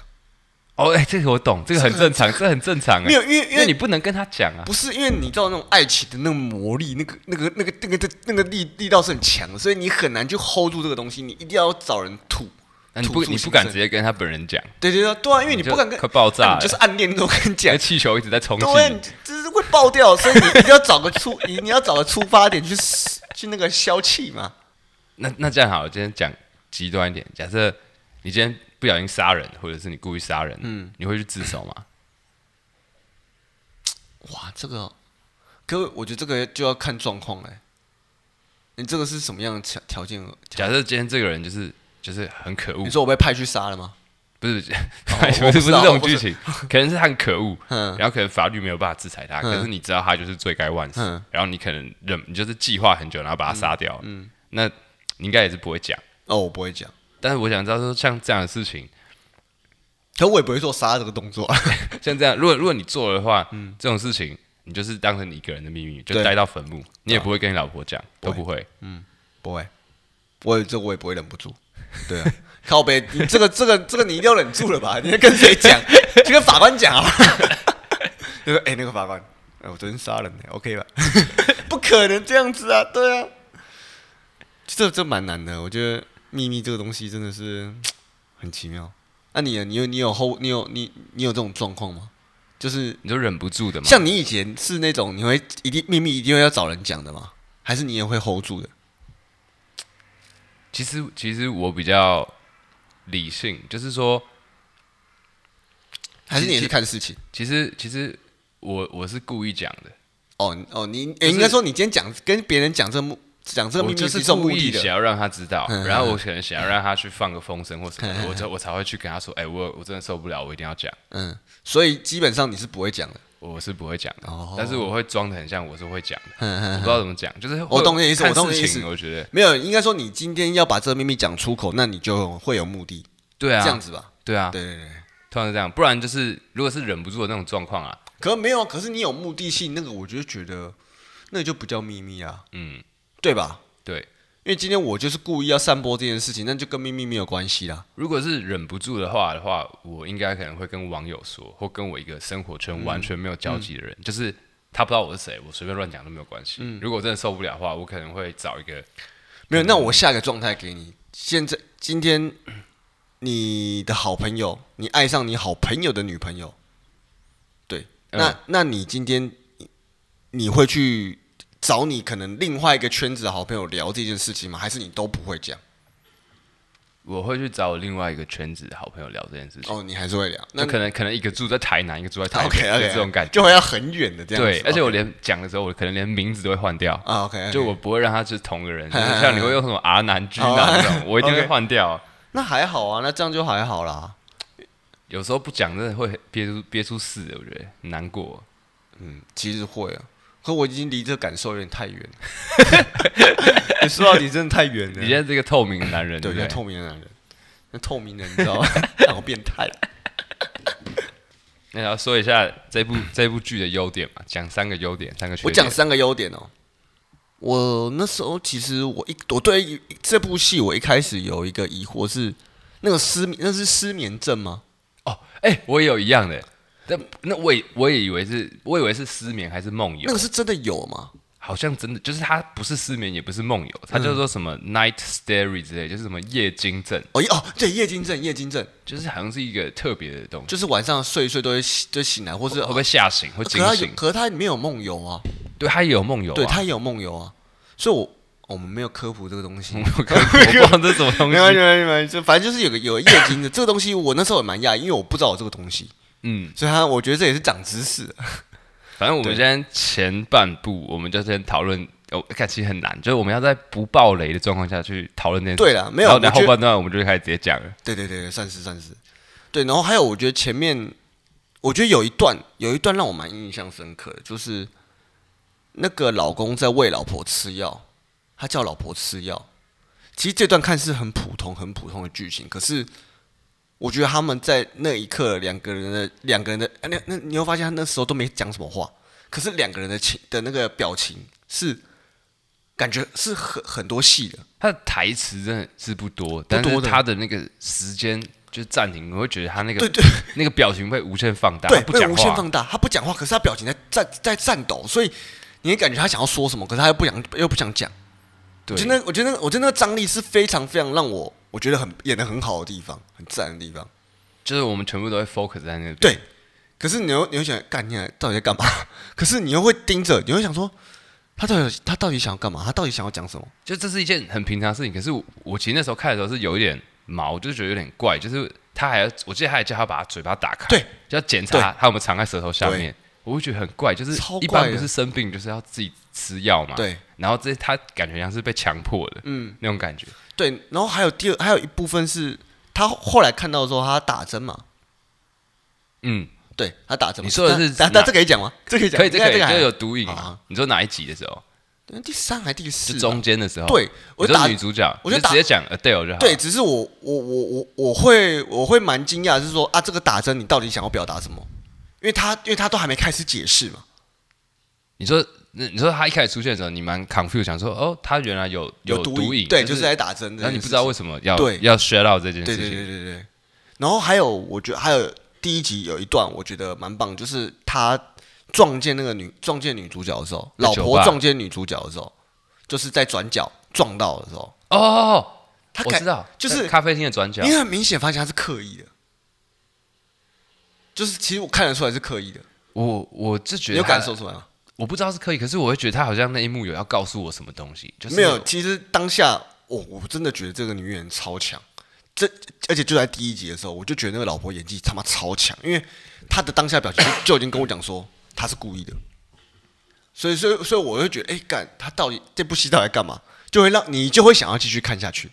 S3: 哦，哎、这个我懂，这个很正常，这很正常啊。
S2: 没有，因为
S3: 因为你不能跟他讲啊。
S2: 不是因为你知道那种爱情的那个魔力，那个、那个、那个、那个、那个力力道是很强的，所以你很难去 hold 住这个东西，你一定要找人吐。
S3: 那啊你不
S2: 吐出
S3: 你不
S2: 心
S3: 敢
S2: 声
S3: 直接跟他本人讲，
S2: 对对对对啊，因为你
S3: 你就
S2: 不敢跟
S3: 快爆炸
S2: 那
S3: 了
S2: 你就是暗恋都跟你
S3: 因
S2: 讲
S3: 为，气球一直在充气。
S2: 对，你就是会爆掉，所以你一定要找个 出，你你要找个出发点去 去那个消气嘛。
S3: 那那这样好了，今天讲极端一点，假设你今天不小心杀人，或者是你故意杀人，嗯，你会去自首 吗？
S2: 哇，这个，各位，我觉得这个就要看状况哎、你这个是什么样的条条件？
S3: 假设今天这个人就是就是很可恶
S2: 你，说我被派去杀了吗？
S3: 不是
S2: 我
S3: 不是不
S2: 不
S3: 是
S2: 知
S3: 这
S2: 道
S3: 种
S2: 我不
S3: 剧
S2: 是
S3: 情，可能是他很可恶，
S2: 嗯
S3: 然后可能法律没有办法制裁他，可是你知道他就是罪该万死
S2: 嗯，
S3: 然后你可能忍，你就是计划很久，然后把他杀掉，嗯，那你应该也是不会讲。
S2: 哦，我不会讲，
S3: 但是我想知道说，像这样的事情，
S2: 可我也不会做杀这个动作、啊。
S3: 像这样，如果如果你做了的话，这种事情你就是当成你一个人的秘密，就
S2: 嗯对啊
S3: 待到坟墓，你也不会跟你老婆讲，都不会。
S2: 不会，我也这我也不会忍不住。对啊，靠背，你这个这个这个你一定要忍住了吧？你要跟谁讲？就跟法官讲啊。 就说哎、那个法官，哎、我昨天杀人呢、o k 吧？ 不可能这样子啊，对啊，这这蛮难的。我觉得秘密这个东西真的是很奇妙。那、你呢你有你有后你有你你有这种状况吗？就是
S3: 你就忍不住的嘛。
S2: 像你以前是那种你会一定秘密一定会要找人讲的吗？还是你也会 hold 住的？
S3: 其实其实我比较理性，就是说，
S2: 还是你也
S3: 其实
S2: 是看事情？
S3: 其实其实我我是故意讲的，
S2: 哦你哦，你
S3: 是
S2: 诶应该说你今天讲跟别人讲这目讲这个秘
S3: 我
S2: 密
S3: 就是
S2: 这种
S3: 故
S2: 目
S3: 意
S2: 的
S3: 想
S2: 的，
S3: 要让他知道，
S2: 嗯
S3: 然后我可能想要让他去放个风声或什么
S2: 嗯
S3: 的，我才我才会去跟他说，哎、我我真的受不了，我一定要讲。
S2: 嗯，所以基本上你是不会讲的。
S3: 我是不会讲的，
S2: 哦
S3: 但是我会装的很像我是会讲的，
S2: 嗯
S3: 我不知道怎么讲，就是
S2: 我懂你的意思
S3: 看
S2: 我懂
S3: 事
S2: 你的意
S3: 情
S2: 思
S3: 我觉得
S2: 没有，应该说你今天要把这个秘密讲出口，那你就会有目的，
S3: 对啊，
S2: 这样子吧？
S3: 对啊，
S2: 对对对。
S3: 通常是这样，不然就是如果是忍不住的那种状况啊，
S2: 可没有，可是你有目的性，那个我就觉得那就不叫秘密啊，
S3: 嗯，
S2: 对吧？
S3: 对，
S2: 因为今天我就是故意要散播这件事情，那就跟秘密没有关系啦。
S3: 如果是忍不住的话的话，我应该可能会跟网友说，或跟我一个生活圈完全没有交集的
S2: 嗯
S3: 人，就是他不知道我是谁，我随便乱讲都没有关系。如果我真的受不了的话，我可能会找一个
S2: 没有，
S3: 嗯
S2: 那我下一个状态给你。现在今天你的好朋友，你爱上你好朋友的女朋友，对，
S3: 嗯
S2: 那、那你今天你你会去找你可能另外一个圈子的好朋友聊这件事情吗？还是你都不会讲？
S3: 我会去找我另外一个圈子的好朋友聊这件事情。
S2: 哦，你还是会聊，那
S3: 那可能可能一个住在台南，一个住在 台
S2: OK
S3: 北，就
S2: OK
S3: 这种感觉。
S2: 就会要很远的这样子。
S3: 对，而且我
S2: OK
S3: 连讲的时候，我可能连名字都会换 掉。
S2: 啊 OK，
S3: 就我不会让他是同一个人，就
S2: 嗨
S3: 是像你会用什么 R 男、G 男那 种，我一定会
S2: 哦 OK
S3: 换掉。
S2: 那还好啊，那这样就还好啦。
S3: 有时候不讲真的会 憋出憋出事，我觉得很难过。
S2: 嗯，其实会啊，可我已经离这个感受有点太远了。 你说到底真的太远 了，
S3: 你现在是一个透明的男 人，对
S2: 啊对，
S3: 不
S2: 那
S3: 对？
S2: 透明的男人，那透明人，你知道 吗？好变态。
S3: 那要说一下这部这部剧的优点嘛，讲三个优点，三个缺点。
S2: 我讲三个优点哦。我那时候其实我一我对这部戏我一开始有一个疑惑是，那个失眠那是失眠症吗？
S3: 哦，哎、我也有一样的，但那我也我也以为是，我以为是失眠还是梦
S2: 那
S3: 游
S2: 个，是真的有吗？
S3: 好像真的就是他不是失眠，也不是梦游，
S2: 嗯
S3: 他叫做什么 night stary 之类，就是什么夜惊症，
S2: 哦哦，对，夜惊症，夜惊症
S3: 就是好像是一个特别的东西，
S2: 就是晚上睡一睡都会醒就醒来，或是
S3: 会不会吓醒，会
S2: 哦可
S3: 惊
S2: 他有
S3: 醒？
S2: 可他没有梦游啊，
S3: 对他也有梦游、啊，
S2: 对他也有梦游啊，所以我我们 没有科普这个东西。
S3: 我看 我不知道这是什么东
S2: 没关系，
S3: 西，
S2: 没关系，没关系，就反正就是有个有个夜惊的这个东西，我那时候也蛮讶异，因为我不知道有这个东西，
S3: 嗯，
S2: 所以他我觉得这也是长知识。
S3: 反正我们现在前半部我们就先讨论。哦，看其实很难，就是我们要在不爆雷的状况下去讨论这件事。
S2: 对啦没
S3: 然
S2: 有
S3: 后然
S2: 我
S3: 后
S2: 觉得
S3: 后半段我们就开始直接讲了。
S2: 对对对，对算是算是。对，然后还有，我觉得前面，我觉得有一段有一段让我蛮印象深刻的，就是那个老公在喂老婆吃药，他叫老婆吃药。其实这段看似很普通、很普通的剧情，可是我觉得他们在那一刻，两个人的两个人的，哎那那你会发现他那时候都没讲什么话，可是两个人的情的那个表情是感觉是很很多戏的，
S3: 他的台词真的是不多，但
S2: 多
S3: 是
S2: 的
S3: 他的那个时间就是暂停，我会觉得他那个
S2: 对对
S3: 那个表情被无限放大，
S2: 对，
S3: 他不
S2: 被
S3: 讲
S2: 无限
S3: 话，
S2: 放大。他不讲话，可是他表情在在在颤抖，所以你会感觉他想要说什么，可是他又不想又不想讲。我
S3: 对
S2: 觉，得那我觉得那我觉得那个张力是非常非常让我我觉得很演的很好的地方，很自然的地方。
S3: 就是我们全部都会 focus 在那边。
S2: 对，可是你又你又想干，你到底在干嘛？ 可是你又会盯着，你会想说他到底他到底想要干嘛？他到底想要讲什么？
S3: 就这是一件很平常的事情。可是我我其实那时候看的时候是有一点毛，就是觉得有点怪，就是他还要，我记得他还叫他把嘴巴打开，
S2: 对，
S3: 就要检
S2: 对
S3: 查他有没有藏在舌头下面。我会觉得很怪，就是
S2: 超
S3: 一
S2: 怪
S3: 般
S2: 的
S3: 不是生病就是要自己吃药嘛，
S2: 对。
S3: 然后这他感觉像是被强迫的，嗯，那种感觉。
S2: 对，然后还有第二还有一部分是他后来看到的时候，他打针嘛。
S3: 嗯，
S2: 对他打针嘛，
S3: 你说的
S2: 那
S3: 是
S2: 那那
S3: 哪
S2: 这可以讲吗？这可以讲，
S3: 可以，这
S2: 应该
S3: 可以，
S2: 还
S3: 就
S2: 好
S3: 有毒瘾嘛
S2: 啊。
S3: 你说哪一集的时候？
S2: 第三还第
S3: 是
S2: 四吧？
S3: 中间的时候，
S2: 对，我
S3: 我
S2: 就
S3: 就
S2: 打
S3: 女主角，
S2: 我
S3: 你
S2: 就
S3: 就
S2: 打
S3: 直接讲 Adele 就好。
S2: 对，，只是我我我我我会我会蛮惊讶，是说啊，这个打针你到底想要表达什么？因为他因为他都还没开始解释嘛，
S3: 你说那你说她一开始出现的时候，你蛮 confused，想说哦，她原来有毒
S2: 毒
S3: 瘾，
S2: 对，
S3: 就
S2: 就是在打针这件事情，
S3: 然后你不知道为什么要
S2: 对
S3: 要 share out 这件
S2: 对
S3: 事
S2: 对对
S3: 情，
S2: 对对。然后还有，我觉得还有第一集有一段我觉得蛮棒，就是他撞见那个女撞见女主角的时候，
S3: 在
S2: 老
S3: 酒
S2: 婆
S3: 吧
S2: 撞见女主角的时候，就是在转角撞到的时候，
S3: 哦，
S2: 他
S3: 我
S2: 感
S3: 知道，
S2: 就是
S3: 在咖啡厅的转角
S2: 你，很明显发现他是刻意的，就是其实我看得出来是刻意的，
S3: 我我是觉
S2: 你
S3: 得
S2: 有
S3: 她
S2: 感受，出来吗？
S3: 我不知道是可以，可是我会觉得她好像那一幕有要告诉我什么东西，就是
S2: 没有，其实当下我我真的觉得这个女演员超强，这而且就在第一集的时候，我就觉得那个老婆演技他妈超强，因为她的当下表情 就就已经跟我讲说她是故意的，所以所以所以我就觉得，哎、干她到底这部戏到底在干嘛？就会让你就会想要继续看下去。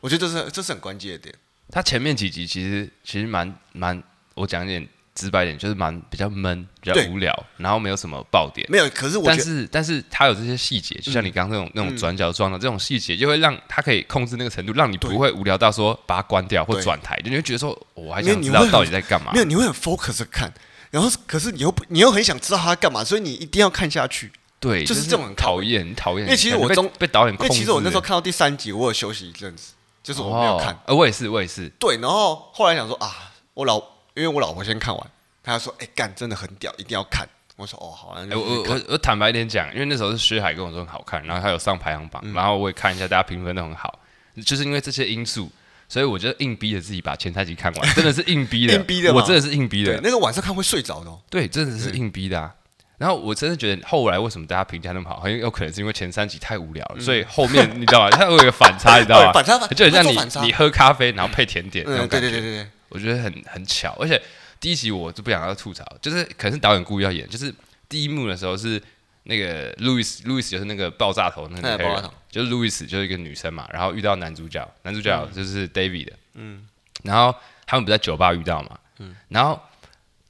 S2: 我觉得这是这是很关键的点，
S3: 他前面几集其实其实蛮蛮，我讲一点直白一点，就是蛮比较闷，比较
S2: 对
S3: 无聊，然后没有什么爆点。
S2: 没有。可是我
S3: 但
S2: 觉得嗯
S3: 是但是他有这些细节，就像你刚刚那种那种转角撞到这种细节，就会让他可以控制那个程度，让你不会无聊到说把它关掉或
S2: 对
S3: 转台，就你会觉得说我还
S2: 因为
S3: 想
S2: 你
S3: 知道
S2: 会
S3: 到
S2: 很
S3: 底在干嘛
S2: 没。有，你会很 focus 地看，然后可是你又不你又很想知道她在干嘛，所以你一定要看下去。
S3: 对，
S2: 就是
S3: 是
S2: 这种很靠
S3: 讨厌很讨厌。
S2: 因为其实
S3: 感觉
S2: 我
S3: 被
S2: 中
S3: 被导演
S2: 因为
S3: 控制欸，
S2: 其实我那时候看到第三集，我有休息一阵子，就是我没有看。
S3: 哦，呃，我也是我也是，
S2: 对，然后后来想说啊，我老因为我老婆先看完，她说哎干真的很屌，一定要看。我说哦好啊，
S3: 哎
S2: 那
S3: 我
S2: 就
S3: 我
S2: 去看
S3: 我我坦白一点讲，因为那时候是薛海跟我说很好看，然后他有上排行榜，
S2: 嗯
S3: 然后我也看一下大家评分都很好，就是因为这些因素。所以我就硬逼着自己把前三集看完，真的是硬逼的，
S2: 硬逼的
S3: 我
S2: 嘛
S3: 真的是硬逼的
S2: 对，那个晚上看会睡着的、哦。
S3: 对，真的是硬逼的啊。然后我真的觉得后来为什么大家评价那么好，很有可能是因为前三集太无聊了，所以后面你知道吗？它会有一个反差，你知道 吗？
S2: 对嗯反差反
S3: 啊就很
S2: 它做反
S3: 像
S2: 差
S3: 你你喝咖啡然后配甜点那
S2: 嗯，
S3: 种感
S2: 对对对
S3: 觉，
S2: 对对，
S3: 我觉得很很巧。而且第一集我就不想要吐槽，就是可能是导演故意要演，就是第一幕的时候是那个路易斯，路易斯就是那个爆炸头那个
S2: 哎
S3: 黑
S2: 爆炸
S3: 人
S2: 头，
S3: 就是路易斯就是一个女生嘛，然后遇到男主角，男主角就是 David 的，嗯，然后他们不是在酒吧遇到嘛，嗯，然后。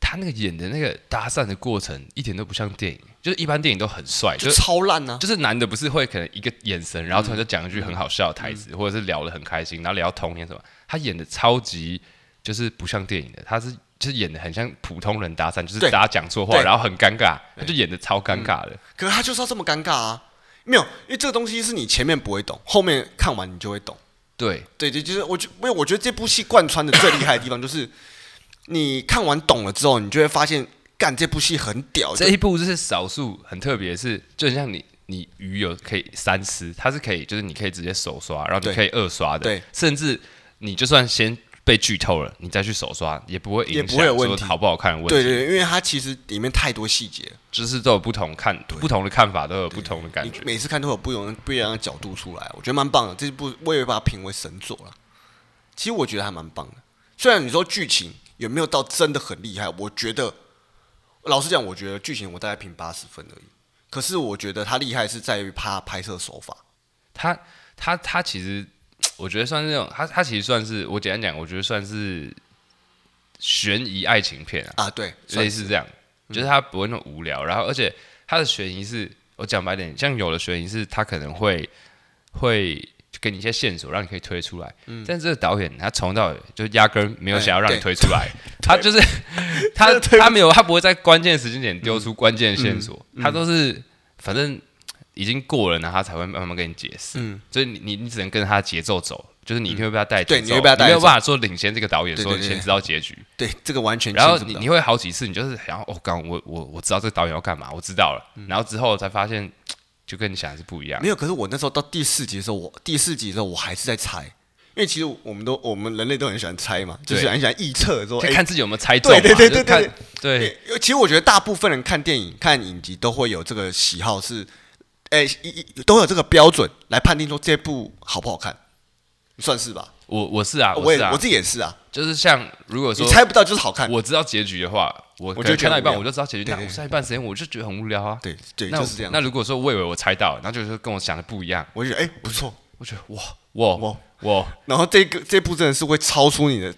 S3: 他那个演的那个搭讪的过程一点都不像电影，就是一般电影都很帅，就
S2: 就是超烂啊！
S3: 就是男的不是会可能一个眼神，然后突然就讲一句很好笑的台词，
S2: 嗯
S3: 或者是聊得很开心，然后聊童年什么，他演的超级就是不像电影的，他是就是演的很像普通人搭讪，就是
S2: 对
S3: 大家讲错话，
S2: 对嗯
S3: 然后很尴尬，他就演的超尴尬的。
S2: 可是他就是要这么尴尬啊！没有，因为这个东西是你前面不会懂，后面看完你就会懂。
S3: 对，
S2: 对对，就是我觉，因为我觉得这部戏贯穿的最厉害的地方就是， 你看完懂了之后，你就会发现，干这部戏很屌。
S3: 这一部就是少数很特别，是就很像你你鱼有可以三吃，它是可以就是你可以直接手刷，然后你可以二刷的
S2: 对，
S3: 甚至你就算先被剧透了，你再去手刷也不会
S2: 也
S3: 影
S2: 不会有
S3: 响
S2: 问
S3: 说
S2: 题
S3: 好不好看的问题。
S2: 对对对，因为它其实里面太多细节了，
S3: 就是都有不同看不同的看法，都有不同的感
S2: 你
S3: 觉。
S2: 每次看都有不一样不一样的角度出来，我觉得蛮棒的。这部我也把它评为神作了。其实我觉得还蛮棒的，虽然你说剧情也没有到真的很厉害，我觉得老实讲，我觉得剧情我大概评八十分而已。可是我觉得它厉害是在于它拍摄手法，
S3: 他他他其实，我觉得算是那种他他其实算是我简单讲，我觉得算是悬疑爱情片啊，
S2: 啊，对，
S3: 类似这样，
S2: 嗯
S3: 就是他不会那么无聊。然后而且他的悬疑是，我讲白点，像有的悬疑是他可能会会。给你一些线索，让你可以推出来。但这个导演他从头到尾就压根儿没有
S2: 嗯哎
S3: 想要让你
S2: 对
S3: 推出 来，他就是 他他没有，他不会在关键时间点丢
S2: 嗯
S3: 出关键线索，他都是反正已经过了，然后他才会慢慢跟你解释。所以你你你只能跟着他的节奏走，就是你一定会被他带节奏，
S2: 嗯对你会被他带
S3: 没有
S2: 走
S3: 办法说领先这个导演
S2: 对
S3: 说
S2: 对对
S3: 先知道结局。
S2: 对，这个完全
S3: 然后
S2: 清楚
S3: 你
S2: 的
S3: 你会好几次，你就是想要哦，刚我我我知道这个导演要干嘛，我知道了，
S2: 嗯
S3: 然后之后才发现就跟你想的是不一样
S2: 没。有，可是我那时候到第四集的时候，我第四集的时候我还是在猜，因为其实我们都我们人类都很喜欢猜嘛，就是
S3: 对
S2: 很喜欢臆 测说，
S3: 就
S2: 哎
S3: 看自己有没有猜中嘛，
S2: 对对对
S3: 就是
S2: 对
S3: 看
S2: 对
S3: 对
S2: 因为其实我觉得大部分人看电影、看影集都会有这个喜好是，哎、一一都会有这个标准来判定说这部好不好看，算是吧？
S3: 我我是啊，
S2: 我也
S3: 是啊
S2: 我，自己也是啊，
S3: 就是像如果
S2: 你
S3: 说
S2: 猜不到就是好看，
S3: 我知道结局的话，我
S2: 就
S3: 可能
S2: 觉
S3: 看
S2: 得
S3: 到一半
S2: 无聊
S3: 我就知道结局，
S2: 对
S3: 但我下一半时间我就觉得很无聊啊。
S2: 对对，
S3: 那
S2: 就是这样
S3: 那。如果说我以为我猜到，然后就是跟我想的不一样，
S2: 我就觉得哎、不错，
S3: 我觉得哇哇
S2: 哇
S3: 哇哇，
S2: 然后这个这部真的是会超出你的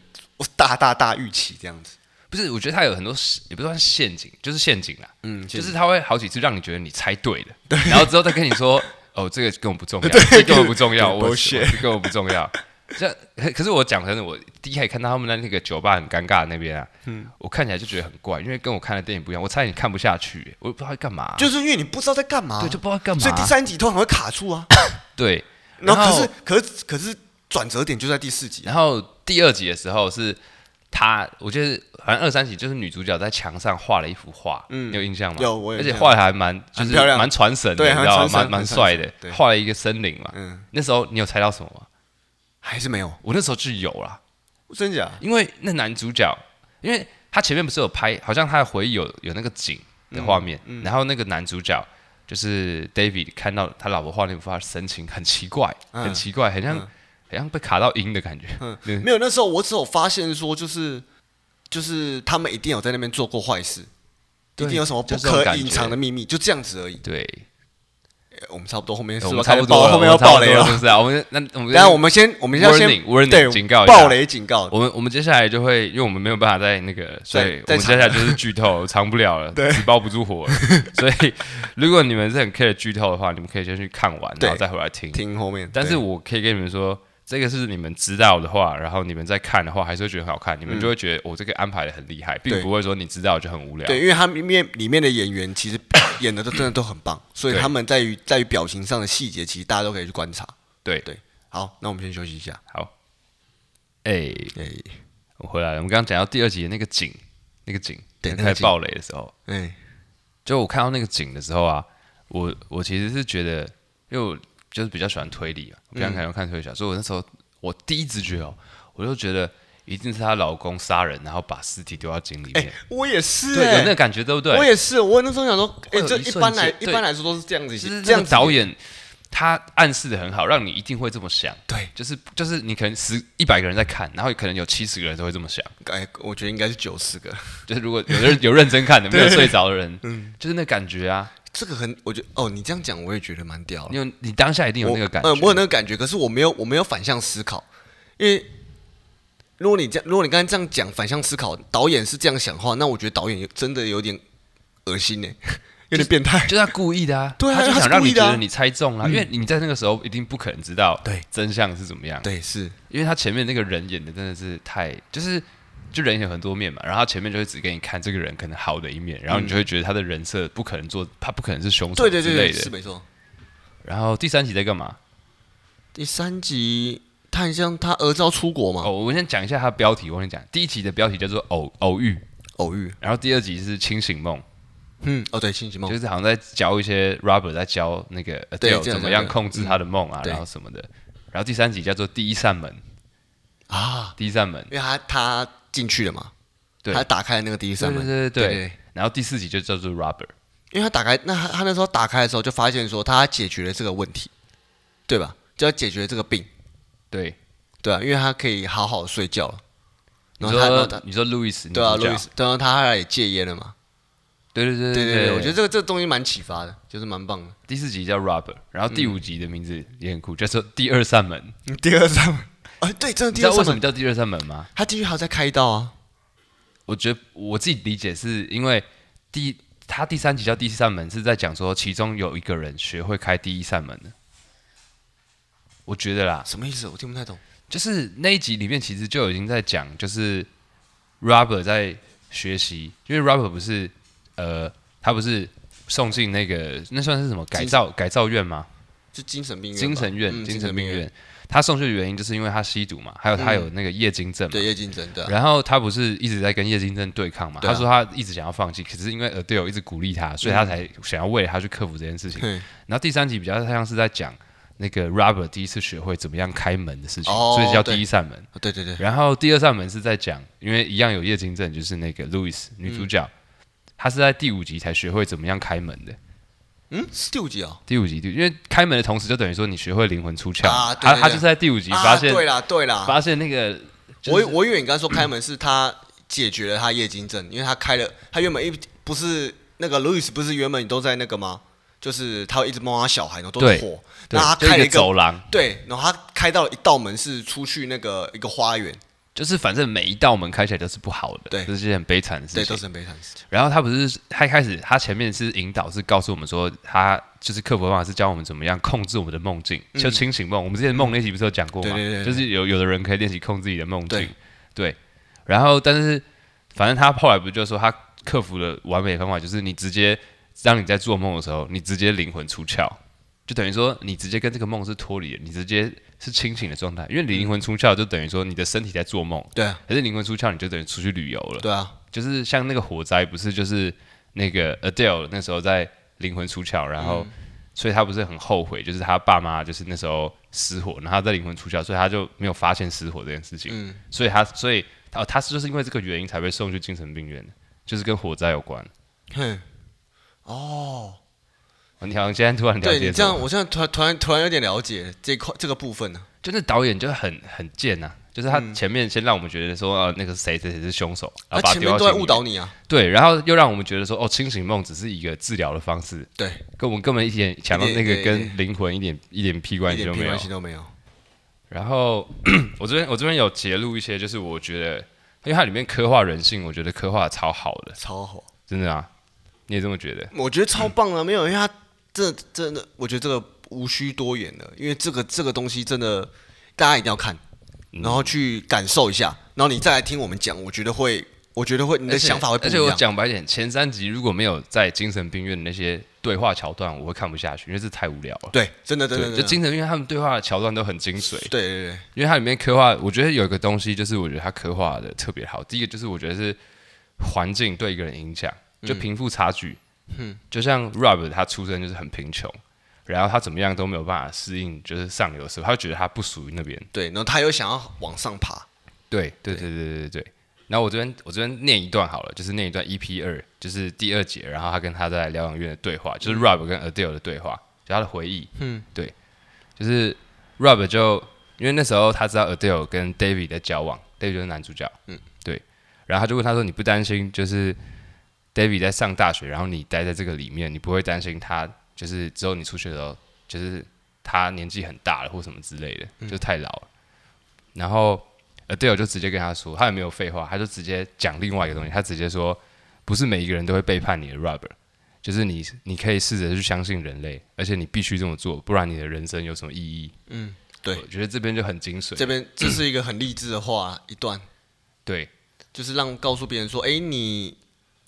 S2: 大大大预期这样子，
S3: 不是，我觉得它有很多也不算陷阱，就是陷阱啦。
S2: 嗯，
S3: 就是它会好几次让你觉得你猜对了，然后之后再跟你说 哦，这个根本不 重要，这个根本不重要，
S2: 对
S3: 我我
S2: bullshit
S3: 这根本不重 要。这样可可是我讲真的，我第一开始看到他们在那个酒吧很尴尬的那边啊，
S2: 嗯
S3: 我看起来就觉得很怪，因为跟我看的电影不一样，我差点看不下去，我也不知道在干嘛、
S2: 就是因为你不知道在干嘛，
S3: 啊对，就不知道干嘛。
S2: 所以第三集通常会卡住啊。
S3: 对，
S2: 然后
S3: 后
S2: 可是可是可是转折点就在第四集啊，
S3: 然后第二集的时候是她，我觉得好像二三集就是女主角在墙上画了一幅画，
S2: 嗯
S3: 你有印象吗？
S2: 有我有
S3: 而
S2: 印
S3: 且
S2: 象
S3: 画的还蛮就
S2: 很
S3: 是
S2: 漂亮
S3: 蛮传神的，
S2: 对
S3: 你知道
S2: 很传
S3: 吗
S2: 神
S3: 蛮蛮
S2: 很传
S3: 帅
S2: 神
S3: 的
S2: 对，
S3: 画了一个森林嘛。
S2: 嗯，
S3: 那时候你有猜到什么吗？
S2: 还是没有，
S3: 我那时候就有啦，
S2: 真假？
S3: 因为那男主角，因为他前面不是有拍，好像他的回忆有有那个景的画面，
S2: 嗯
S3: 然后那个男主角就是 David 看到他老婆画那幅画，神情很奇怪，
S2: 嗯
S3: 很奇怪，很像、很像被卡到音的感觉。
S2: 嗯
S3: 对，
S2: 没有。那时候我只有发现说，就是就是他们一定有在那边做过坏事，一
S3: 对
S2: 定有什么不
S3: 就这种
S2: 可
S3: 感
S2: 隐
S3: 觉
S2: 藏的秘密，就这样子而已。
S3: 对，
S2: 呃我们差不多后面是
S3: 我
S2: 不是
S3: 们差不
S2: 开始
S3: 多
S2: 爆
S3: 了，
S2: 后面要
S3: 我们差
S2: 爆
S3: 不多
S2: 雷
S3: 了
S2: 了
S3: 是。不是啊？我们那我们
S2: 然后我们先，我们要先
S3: warning warning
S2: 对
S3: 警告一下
S2: 暴雷警告。
S3: 我们我们接下来就会，因为我们没有办法在那个，所以我
S2: 在
S3: 们接下来就是剧透， 藏不了了，纸包不住火了。 所以如果你们是很 care 剧透的话，你们可以先去看完，
S2: 对
S3: 然后再回来听。
S2: 听后面，
S3: 但是
S2: 对
S3: 我可以跟你们说，这个是你们知道的话，然后你们再看的话，还是会觉得很好看，你们就会觉得哦我、这个安排的很厉害，并
S2: 嗯对
S3: 不会说你知道就很无聊。
S2: 对，因为他里面里面的演员其 实演的都真的都很棒，所以
S3: 对
S2: 他们在于在于表情上的细节，其实大家都可以去观察。
S3: 对
S2: 对，好，那我们先休息一下。
S3: 好，哎、
S2: 哎
S3: 我回来了。我们刚刚讲到第二集的那个景，那个景，
S2: 对那个
S3: 开始
S2: 景
S3: 爆雷的时候，
S2: 哎，
S3: 就我看到那个景的时候啊，我我其实是觉得，因为我啊
S2: 嗯
S3: 就是比较喜欢推理嘛，我比较喜欢看推理小说，所以我那时候我第一直觉哦，我就觉得一定是她老公杀人，然后把尸体丢到井里
S2: 哎、
S3: 面。
S2: 我也是、
S3: 对，有
S2: 哎
S3: 那个感觉，对不对？
S2: 我也是，我那时候想说，哎、
S3: 会有
S2: 这
S3: 一
S2: 一
S3: 瞬
S2: 般来
S3: 间
S2: 一
S3: 对
S2: 般来说都是这样子
S3: 就是，
S2: 这
S3: 这
S2: 样
S3: 样
S2: 子
S3: 导演他暗示的很好，让你一定会这么想。
S2: 对，
S3: 就是就是你可能十一百个人在看，然后可能有七十个人都会这么想。
S2: 哎、我觉得应该是九十个，
S3: 就是如果有人有认真看的，没有睡着的人，
S2: 嗯
S3: 就是那感觉啊，
S2: 这个很，我觉得哦，你这样讲我也觉得蛮屌
S3: 你
S2: 的，
S3: 有你当下一定有
S2: 我
S3: 那个感
S2: 呃
S3: 觉。
S2: 我有那个感觉，可是我没有我没有反向思考，因为如果你这样，如果你刚才这样讲反向思考，导演是这样想的话，那我觉得导演有真的有点恶心 呢、有点变态。
S3: 就是他故意的啊，
S2: 对啊
S3: 他就
S2: 他是
S3: 想让
S2: 故意
S3: 你
S2: 的
S3: 觉
S2: 啊
S3: 得你猜中了、因为你在那个时候一定不可能知道
S2: 对
S3: 真相是怎么样，
S2: 对，是
S3: 因为他前面那个人演的真的是太就是。就人有很多面嘛，然后他前面就会只给你看这个人可能好的一面，然后你就会觉得他的人设不可能做，他不可能是凶手
S2: 对对
S3: 之
S2: 对
S3: 类
S2: 对，
S3: 的。
S2: 是没错。
S3: 然后第三集在干嘛？
S2: 第三集，探像他儿子要出国嘛，
S3: 哦，我先讲一下它的标题，我先讲第一集的标题叫做“偶偶遇
S2: 偶遇，”，
S3: 然后第二集是“清醒梦
S2: 嗯，哦对，清醒”，梦
S3: 就，是好像在教一些 Robert 在教那个 a d
S2: 对
S3: e l
S2: 这样
S3: 怎么
S2: 这样
S3: 样控制他的梦啊
S2: 嗯，对
S3: 然后什么的。然后第三集叫做“第一扇门
S2: 啊”，，
S3: 第一扇门，
S2: 因为他他进去了嘛，
S3: 对
S2: 他打开那个第一扇
S3: 对
S2: 门，
S3: 对对
S2: 对
S3: 对。然后第四集就叫做 Robert，
S2: 因为他打开，那他他那时候打开的时候就发现说他解决了这个问题，对吧？就要解决这个病，
S3: 对，
S2: 对啊，因为他可以好好睡觉了。
S3: 你
S2: 然后他，然后
S3: 说嗯
S2: 他，
S3: 你说 Louis，
S2: 对啊，
S3: 女主
S2: 路
S3: 角
S2: 易斯，然后他后来也戒烟了嘛，
S3: 对对对
S2: 对对对，我觉得
S3: 得
S2: 这个这个东西蛮启发的，就是蛮棒的。
S3: 第四集叫 Robert，然后第五集的名字也很酷，叫做“第二扇门
S2: 第二扇门，哎，对，真的”。
S3: 你
S2: 第
S3: 知
S2: 二
S3: 道为
S2: 扇
S3: 什么
S2: 门，
S3: 叫第二扇门吗？
S2: 他进去还要再开一道啊，
S3: 我觉得我自己理解是因为第他第三集叫第三门是在讲说，其中有一个人学会开第一扇门的。我觉得啦，
S2: 什么意思？我听不太懂。
S3: 就是那一集里面其实就已经在讲，就是 Robert 在学习，因为 Robert 不是呃，他不是送进那个那算是什么改造改造院吗？
S2: 就精神病院吧，
S3: 精神院，
S2: 嗯
S3: 精神病院。他送去的原因就是因为他吸毒嘛，还有他有那个夜精症嘛
S2: 对，夜精神，对啊，
S3: 然后他不是一直在跟叶金正对抗嘛？
S2: 对啊
S3: 他说他一直想要放弃，可是因为 Adele 一直鼓励他，所以他才想要为了他去克服这件事情。
S2: 嘿
S3: 然后第三集比较像是在讲那个 Robert 第一次学会怎么样开门的事情，
S2: 哦
S3: 所以叫
S2: 对
S3: 第一扇门。
S2: 哦对对对，
S3: 然后第二扇门是在讲，因为一样有叶金正，就是那个 Louis 女主角，她是在第五集才学会怎么样开门的。
S2: 嗯，是第五集哦。
S3: 第五集，因为开门的同时就等于说你学会灵魂出窍嘛，
S2: 啊对
S3: 她
S2: 对
S3: 她就
S2: 对
S3: 是在第五集发现
S2: 啊、对啦对啦，
S3: 发现那个。就是
S2: 我以我以为你刚才说开门是他解决了他夜惊症，因为他开了，他原本一不是那个 Louis 不是原本都在那个吗？就是他会一直摸他小孩，然后都是
S3: 对
S2: 火，
S3: 对
S2: 然后他
S3: 就
S2: 开
S3: 一
S2: 了
S3: 个走廊，
S2: 对，然后他开到了一道门是出去那个一个花园，
S3: 就是反正每一道门开起来都是不好的，
S2: 对
S3: 这是件很悲惨的事
S2: 对，都
S3: 情。
S2: 是很悲惨的事情。
S3: 然后他不是他一开始他前面是引导，是告诉我们说他就是克服的方法是教我们怎么样控制我们的梦境，就清醒梦。我们之前梦那集不是有讲过吗？
S2: 嗯对对对对
S3: 就是有有的人可以练习控制自己的梦境
S2: 对，
S3: 对。然后但是反正他后来不就说他克服了完美的方法，就是你直接让你在做梦的时候，你直接灵魂出窍。就等于说，你直接跟这个梦是脱离的，你直接是清醒的状态，因为你灵魂出窍，就等于说你的身体在做梦，
S2: 对啊，
S3: 可是灵魂出窍，你就等于出去旅游了。
S2: 对啊，
S3: 就是像那个火灾，不是就是那个呃 Adele 那时候在灵魂出窍，然
S2: 嗯
S3: 后、所以他不是很后悔，就是他爸妈就是那时候失火，然后他在灵魂出窍，所以他就没有发现失火这件事情，
S2: 嗯
S3: 所以他所以他他是就是因为这个原因才被送去精神病院的，就是跟火灾有关。
S2: 哼，哦，
S3: 哦你好像今天突然了
S2: 对
S3: 解
S2: 你这
S3: 什么
S2: 样，我现在突然突然突然有点了解这块这个部分呢、
S3: 就是导演就很很贱呐、就是他前面先让我们觉得说，呃，那个谁谁谁是凶手，然后把
S2: 啊，嗯他
S3: 他
S2: 前
S3: 丢到
S2: 面都在
S3: 井里
S2: 误导你啊，
S3: 对，然后又让我们觉得说，哦，清醒梦只是一个治疗的方式，
S2: 对，
S3: 跟我们根本一点想到那
S2: 一
S3: 个
S2: 点
S3: 跟灵魂一点一点屁关
S2: 一
S3: 系
S2: 点
S3: 都
S2: 屁
S3: 没有
S2: 关。系都没有。
S3: 然后 我这边我这边有截录一些，就是我觉得，因为它里面刻画人性，我觉得刻画得超好的，
S2: 超好，
S3: 真的啊，你也这么觉得？
S2: 我觉得超棒啊的，没有，因为他这真的，我觉得这个无需多言了，因为这个这个东西真的大家一定要看，
S3: 嗯
S2: 然后去感受一下，然后你再来听我们讲，我觉得会，我觉得会，你的
S3: 而且
S2: 想法会不
S3: 而
S2: 一
S3: 且我
S2: 样。
S3: 讲白一点，前三集如果没有在精神病院的那些对话桥段，我会看不下去，因为这太无聊了。
S2: 对，真的真的
S3: 对，
S2: 真
S3: 就
S2: 的，
S3: 精神病院他们对话的桥段都很精髓，
S2: 对对对，
S3: 因为它里面刻画，我觉得有一个东西就是我觉得它刻画的特别好。第一个就是我觉得是环境对一个人影响，就贫富差距。嗯，就像 Rob 他出生就是很贫穷，然后他怎么样都没有办法适应，就是上流社会，他就觉得他不属于那边。
S2: 对，然后他又想要往上爬，
S3: 对对对对对对。然后我这边我这边念一段好了，就是念一段 EP 二，就是第二节，然后他跟他在疗养院的对话，就是 Rob 跟 Adele 的对话，就他的回忆。
S2: 嗯，
S3: 对，就是 Rob 就因为那时候他知道 Adele 跟 David 在交往，David 就是男主角。嗯，对。然后他就问他说：“你不担心就是 David 在上大学，然后你待在这个里面，你不会担心他就是之后你出去的时候，就是他年纪很大了或什么之类的，就是太老了。然后 Adele 呃就直接跟他说，他也没有废话，他就直接讲另外一个东西，他直接说，不是每一个人都会背叛你的 Robert，就是你你可以试着去相信人类，而且你必须这么做，不然你的人生有什么意义？
S2: 对
S3: 我，觉得这边就很精
S2: 这
S3: 髓，
S2: 边这是一个很励志的话一段，
S3: 对
S2: 就是让告诉别人说，哎，你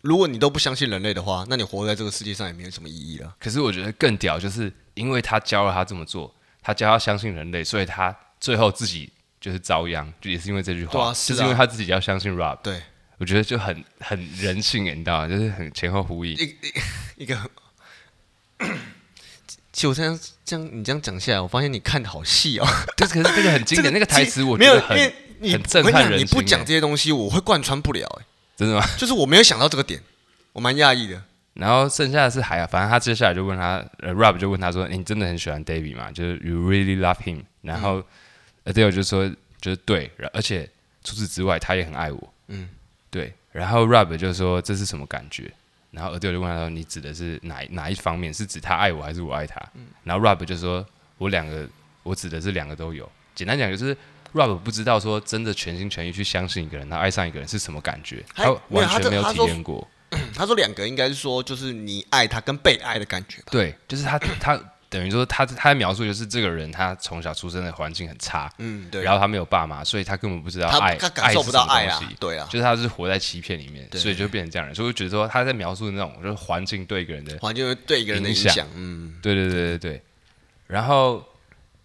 S2: 如果你都不相信人类的话，那你活在这个世界上也没有什么意义了。
S3: 可是我觉得更屌，就是因为他教了他这么做，他教他相信人类，所以他最后自己就是遭殃，就也是因为这句
S2: 对
S3: 话，
S2: 啊是
S3: 就
S2: 啊
S3: 是因为他自己要相信 Rob，
S2: 对，
S3: 我觉得就很很人性，欸你知道吗，就是很前后呼应。
S2: 一 个很。其实我这样这样你这样讲下来，我发现你看的好 细哦。
S3: 但是可是这个 很经典，那个台词我
S2: 没
S3: 觉
S2: 有，
S3: 得
S2: 因
S3: 很
S2: 为你
S3: 很震
S2: 我跟你
S3: 撼
S2: 讲
S3: 人
S2: 你不
S3: 心
S2: 讲
S3: 欸
S2: 这些东西，我会贯穿不了。哎，
S3: 真的吗？
S2: 就是我没有想到这个点，我蛮讶异的。
S3: 然后剩下的是海啊，反正他接下来就问他，呃，Rob 就问他说：“你真的很喜欢 David 吗？就是 You really love him。”然后
S2: 嗯
S3: Adele 就说：“就是对，然而且除此之外，他也很爱我。”嗯，对。然后 Rob 就说：“这是什么感觉？”然后 Adele 就问他说：“你指的是哪哪一方面？是指他爱我，还是我爱他？”
S2: 嗯
S3: 然后 Rob 就说：“我两个，我指的是两个都有。简单讲就是 Rob 不知道说真的全心全意去相信一个人，然后爱上一个人是什么感觉，
S2: 还
S3: 他
S2: 没有
S3: 完
S2: 他
S3: 全
S2: 就
S3: 没有
S2: 他
S3: 体
S2: 说
S3: 验过。”
S2: 他说两个应该是说，就是你爱他跟被爱的感觉吧。
S3: 对，就是他他等于说他他的描述就是这个人他从小出生的环境很差，
S2: 嗯，对。
S3: 然后他没有爸妈，所以他根本不知道
S2: 他
S3: 爱，
S2: 他感受不到爱
S3: 是什
S2: 啊
S3: 么东西，
S2: 对啊，
S3: 就是他是活在欺骗里面，所以就变成这样人。所以我觉得说他在描述那种就是环境对一个人的，
S2: 环境会对一个人的影
S3: 影
S2: 响
S3: 响。
S2: 嗯，
S3: 对对对对对。然后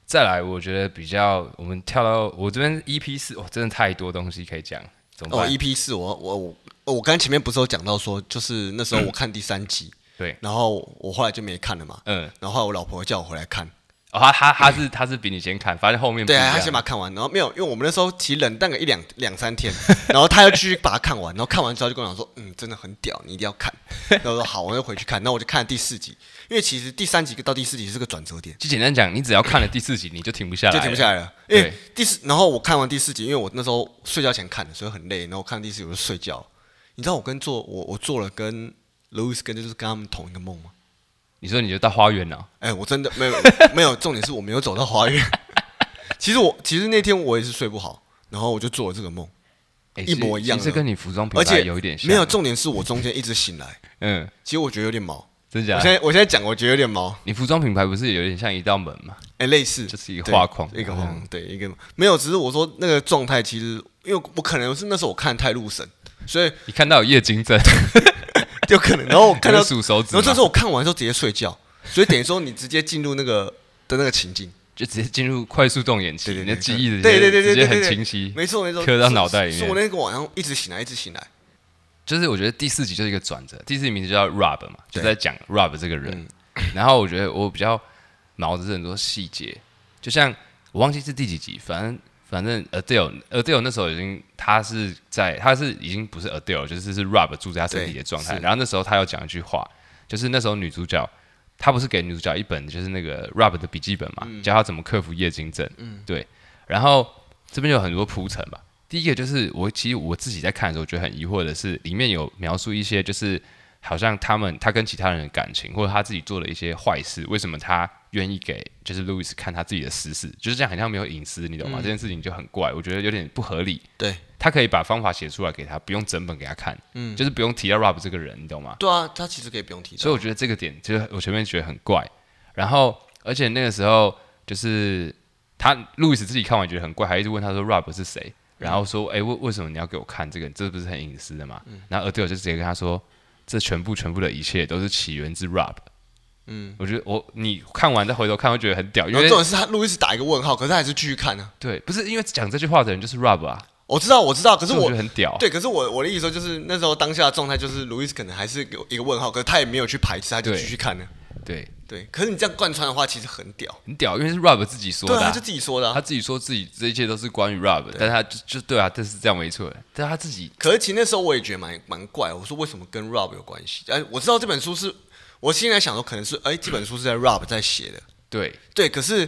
S3: 再来，我觉得比较我们跳到我这边 EP 四，哇，真的太多东西可以讲，怎么
S2: 哦
S3: 办？
S2: ，EP 四，我我我我刚前面不是有讲到说，就是那时候我看第三集，
S3: 对，
S2: 然后我后来就没看了嘛。
S3: 嗯，
S2: 然后后来我老婆叫我回来看，
S3: 哦，他他他是他是比你先看，发现后面不
S2: 对
S3: 一
S2: 啊，她
S3: 样
S2: 先把它看完，然后没有，因为我们那时候其实冷淡个一两两三天， 然后她要继续把它看完，然后看完之后就跟我讲说，嗯，真的很屌，你一定要 看。然后我说好，我就回去看，那我就看了第四集，因为其实第三集到第四集是个转折点，
S3: 就简单讲，你只要看了第四集，你就停不下来，
S2: 就停不下来了。因
S3: 哎对
S2: 为第四，然后我看完第四集，因为我那时候睡觉前看的，所以很累。然后我看第四集我就睡觉。你知道我跟做我我做了跟 Louis 跟就是跟他们同一个梦吗？
S3: 你说你就到花园了。
S2: 哎、我真的没有 没有，重点是我没有走到花园。 其实我其实那天我也是睡不好，然后我就做了这个梦，
S3: 欸
S2: 一模一样
S3: 其实
S2: 的
S3: 跟你服装品
S2: 而
S3: 牌
S2: 且
S3: 有一点像，
S2: 没有，重点是我中间一直醒来，
S3: 嗯，
S2: 其实我觉得有点毛。
S3: 真假
S2: 我
S3: 的？
S2: 现在我现在讲，我觉得有点毛，
S3: 你服装品牌不是有点像一道门吗？
S2: 哎、类似
S3: 就是一个
S2: 对
S3: 画框
S2: 一个画框，对，一个没有，只是我说那个状态，其实因为我可能是那时候我看太入神，所以
S3: 你看到有夜精症，
S2: 有可能。然后我 看到
S3: 你会数手指吗
S2: 然后这时候我看完之后直接睡觉，所以等于说你直接进入那个的那个情境，
S3: 就直接进入快速动眼期，
S2: 对
S3: 你的
S2: 对
S3: 记忆直接
S2: 对对对
S3: 直
S2: 对
S3: 接
S2: 对
S3: 很
S2: 对，
S3: 清晰。
S2: 没错没错，
S3: 刻到脑袋里面
S2: 所以我那个晚上一直醒来，一直醒来，
S3: 就是我觉得第四集就是一个转折，第四集名字就叫 Rob 嘛，就
S2: 对嗯
S3: 在讲 Rob 这个人。然后我觉得我比较脑子是很多细节，就像我忘记是第几集，反正反正 Adele Adele 那时候已经他是在他是已经不是 Adele，就是是 Rob 住在他身体
S2: 对
S3: 的状态。
S2: 是
S3: 然后那时候他有讲一句话，就是那时候女主角。她不是给女主角一本就是那个 Rob 的笔记本嘛，
S2: 嗯
S3: 教她怎么克服夜惊症。嗯，对。然后这边有很多铺陈吧。第一个就是我其实我自己在看的时候，觉得很疑惑的是，里面有描述一些就是好像他们他跟其他人的感情，或者他自己做的一些坏事，为什么他愿意给就是 Louis 看他自己的私事，就是这样，很像没有隐私，你懂吗？这件事情就很怪，我觉得有点不合理。
S2: 对
S3: 他可以把方法写出来给他，不用整本给他看，嗯，就是不用提到 Rob 这个人，你懂吗？
S2: 对啊，他其实可以不用提
S3: 所以
S2: 到，
S3: 我觉得这个点就是我前面觉得很怪，然后而且那个时候就是他路易斯自己看完觉得很怪，还一直问他说 Rob 是谁，然后说哎为为什么你要给我看这个？这不是很隐私的吗？然后 a d e 就直接跟他说，这全部全部的一切都是起源自 Rob。嗯，我觉得我你看完再回头看会觉得很屌，因
S2: 然后
S3: 为
S2: 重点是他路易斯打一个问号，可是他还是继续看啊，
S3: 对，不是因为讲这句话的人就是 Rob 啊，
S2: 我知道我知道，可是
S3: 所以我
S2: 我
S3: 觉得很屌。
S2: 对，可是我我的意思说，就是那时候当下的状态，就是路易斯可能还是有一个问号，可是他也没有去排斥，他就
S3: 对
S2: 继续看了。
S3: 对，
S2: 对，可是你这样贯穿的话，其实很屌。
S3: 很屌，因为是 Rob 自己说
S2: 对
S3: 的啊、
S2: 啊，他就自己说的、
S3: 他
S2: 啊。
S3: 自己说自己这一切都是关于 Rob，但他就就对啊，这是这样没错的，但他自己
S2: 可是其实那时候我也觉得蛮蛮怪，我说为什么跟 Rob 有关系？哎，我知道这本书是，我现在想说可能是，哎，这本书是在 Rob 在写的，
S3: 对，
S2: 对。可是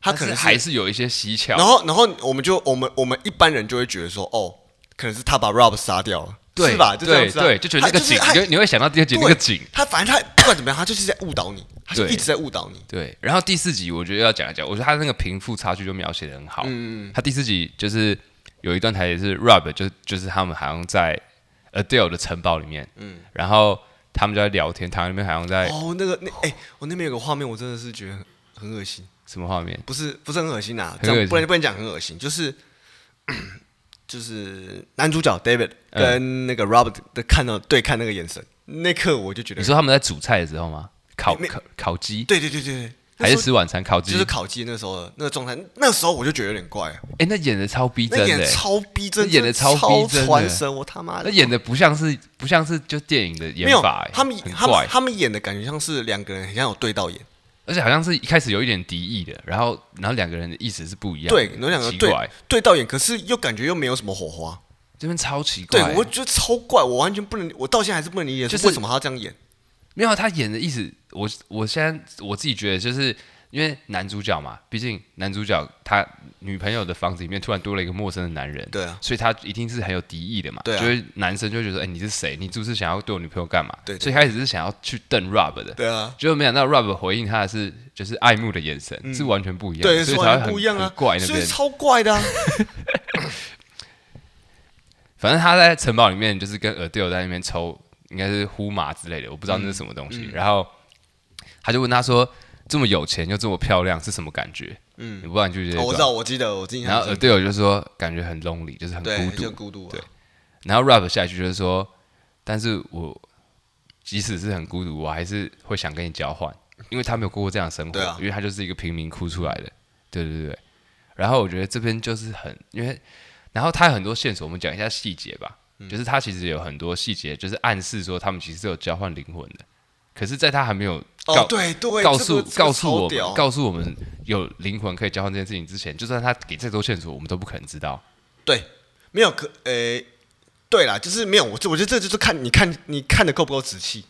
S2: 他
S3: 但
S2: 可能
S3: 是还是有一些蹊跷，
S2: 然后，然后我们就我们我们一般人就会觉得说，哦，可能是他把 Rob 杀掉了，
S3: 对
S2: 是吧？就这样
S3: 对
S2: 子啊、
S3: 对，就觉得那
S2: 他
S3: 个
S2: 是
S3: 景，
S2: 他
S3: 你会你会想到第二集那个景，
S2: 对他反正他不管怎么样，他就是在误导你，他就
S3: 对
S2: 一直在误导你。
S3: 对，然后第四集我觉得要讲一讲，我觉得他那个贫富差距就描写的很好。嗯他第四集就是有一段台词是 Rob，就是就是他们好像在 Adele 的城堡里面，嗯，然后他们就在聊天，他们好像在、
S2: 哦，那个那哎、我那边有个画面，我真的是觉得很很恶心，
S3: 什么画面？
S2: 不是不是很恶心啊，
S3: 很
S2: 这
S3: 恶
S2: 样
S3: 心
S2: 不然不能讲很恶心，就是。 就是男主角 David
S3: 嗯
S2: 跟那个 Robert 的看到对看那个眼神，那刻我就觉得
S3: 你，说他们在煮菜的时候吗？烤
S2: 没
S3: 烤烤鸡，
S2: 对对对对对，
S3: 还是
S2: 那时
S3: 吃晚餐烤
S2: 候
S3: 鸡？
S2: 就是烤鸡那时候的那个状态，那时候我就觉得有点怪、啊。
S3: 哎、那演的超逼真
S2: 那演
S3: 的、
S2: 得
S3: 欸，
S2: 超逼真，
S3: 那演得超逼真的
S2: 传神，我他妈
S3: 那
S2: 的哦
S3: 演的不像是不像是就电影的演
S2: 没有
S3: 法、欸，
S2: 他们
S3: 很
S2: 他们
S3: 怪，
S2: 他们演的感觉像是两个人很像有对到眼，
S3: 而且好像是一开始有一点敌意的，然后然后两个人的意思是不一样的，
S2: 对，有两个
S3: 奇
S2: 对
S3: 怪，
S2: 对到眼，可是又感觉又没有什么火花，
S3: 这边超奇怪
S2: 对
S3: 欸、
S2: 我觉得超怪，我完全不能，我到现在还是不能理解，
S3: 就是
S2: 是为什么他要这样演？
S3: 没有，他演的意思，我我现在我自己觉得，就是因为男主角嘛，毕竟男主角他女朋友的房子里面突然多了一个陌生的男人，
S2: 对啊
S3: 所以他一定是很有敌意的嘛，
S2: 对啊
S3: 就是男生就会觉得，哎、你是谁？你是不是想要对我女朋友干嘛？
S2: 对对
S3: 所以开始是想要去瞪 Rob 的，
S2: 对啊，
S3: 结果没想到 Rob 回应他的是就是爱慕的眼神，是完全不一样的，
S2: 嗯对，
S3: 所以
S2: 是
S3: 才
S2: 完
S3: 会
S2: 全
S3: 很
S2: 不一样啊
S3: 很，怪那
S2: 所以
S3: 边。
S2: 超怪的啊，
S3: 反正他在城堡里面就是跟 Adele 在那边抽，应该是呼麻之类的，我不知道那是什么东
S2: 嗯
S3: 西。然后他就问他说：“这么有钱又这么漂亮是什么感觉？”嗯，我不知道你记不记得
S2: 哦
S3: 这段
S2: 我知道，。我记得，我印
S3: 然
S2: 象
S3: 后
S2: 深
S3: Adele 就说：“感觉很 lonely，就是很
S2: 对，
S3: 孤
S2: 就
S3: 独。
S2: 孤独啊，
S3: 对然后 Rap 下一句就是说：“但是我即使是很孤独，我还是会想跟你交换，因为他没有过过这样的生活，
S2: 对啊
S3: 因为他就是一个贫民窟出来的。”对对对对。然后我觉得这边就是很，因为然后他有很多线索，我们讲一下细节吧。
S2: 嗯
S3: 就是他其实有很多细节，就是暗示说他们其实是有交换灵魂的。可是，在他还没有告、
S2: 哦，对对，
S3: 告
S2: 这
S3: 诉
S2: 个这个
S3: 告诉
S2: 超
S3: 我
S2: 屌
S3: 们告诉我们有灵魂可以交换这件事情之前，就算他给再多线索，我们都不可能知道。
S2: 对，没有可诶、对啦，就是没有我，这我觉得这就是看你看你看的够不够仔细。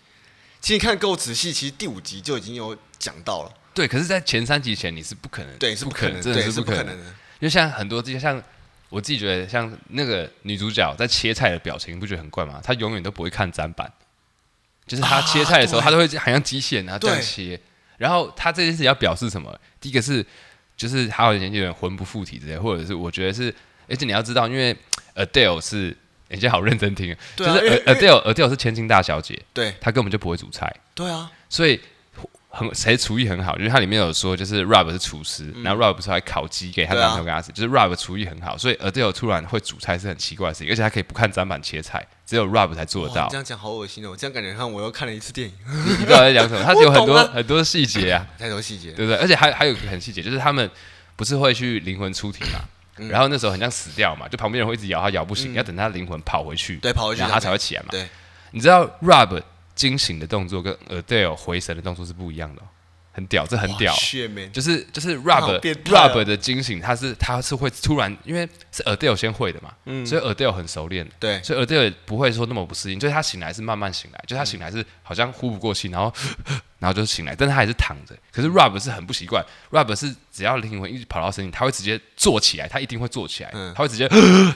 S2: 其实你看得够仔细，其实第五集就已经有讲到了，
S3: 对，可是，在前三集前你是不可能，
S2: 对，是
S3: 不
S2: 可能，
S3: 真
S2: 对
S3: 的，
S2: 是
S3: 不可
S2: 可
S3: 能。
S2: 能的。
S3: 就像很多这些，像我自己觉得，像那个女主角在切菜的表情，不觉得很怪吗？她永远都不会看砧板，就是她切菜的时候，
S2: 啊对
S3: 她都会好像机器人，然后这样
S2: 对
S3: 切。然后她这件事情要表示什么？第一个是，就是她好像有点魂不附体之类，或者是我觉得是，而且你要知道，因为 Adele 是。人家好认真听，
S2: 对啊
S3: 就是
S2: 因为
S3: Ad- Adele Adele 是千金大小姐，
S2: 对
S3: 她根本就不会煮菜，
S2: 对啊，
S3: 所以很谁厨艺很好，因为它里面有说，就是 Rob 是厨师，然后 Rob 不是还烤鸡给他
S2: 嗯对啊
S3: 男朋友跟他吃，就是 Rob 厨艺很好，所以 Adele 突然会煮菜是很奇怪的事情，而且他可以不看砧板切菜，只有 Rob 才做得
S2: 哇，
S3: 到
S2: 你这。样讲好恶心哦！我这样感觉像我又看了一次电影，
S3: 你你知道我在讲什 么？他有很
S2: 我懂
S3: 多
S2: 了
S3: 很多细节 啊，
S2: 太多细节。
S3: 对不对？而且还还有一个很细节，就是他们不是会去灵魂出体嘛？
S2: 嗯
S3: 然后那时候很像死掉嘛，就旁边人会一直摇他，摇不醒，要等他灵魂跑回去，
S2: 对跑回去
S3: 然后他
S2: 才
S3: 才会起来嘛。
S2: 对，
S3: 你知道 Rob 惊醒的动作跟 Adele 回神的动作是不一样的哦、很屌，这很屌。哦
S2: 血梅
S3: 就是就是
S2: 好
S3: Rob
S2: 变态哦
S3: Rob 的惊醒，他是他是会突然，因为是 Adele 先会的嘛，
S2: 嗯
S3: 所以 Adele 很熟练的，
S2: 对
S3: 所以 Adele 不会说那么不适应，就是他醒来是慢慢醒来，就是他醒来是好像呼不过气，然后 然后就醒来，但是他还是躺着。可是 Rob 是很不习惯，Rob 是只要灵魂一直跑到身体，他会直接坐起来，他一定会坐起来，他会 直接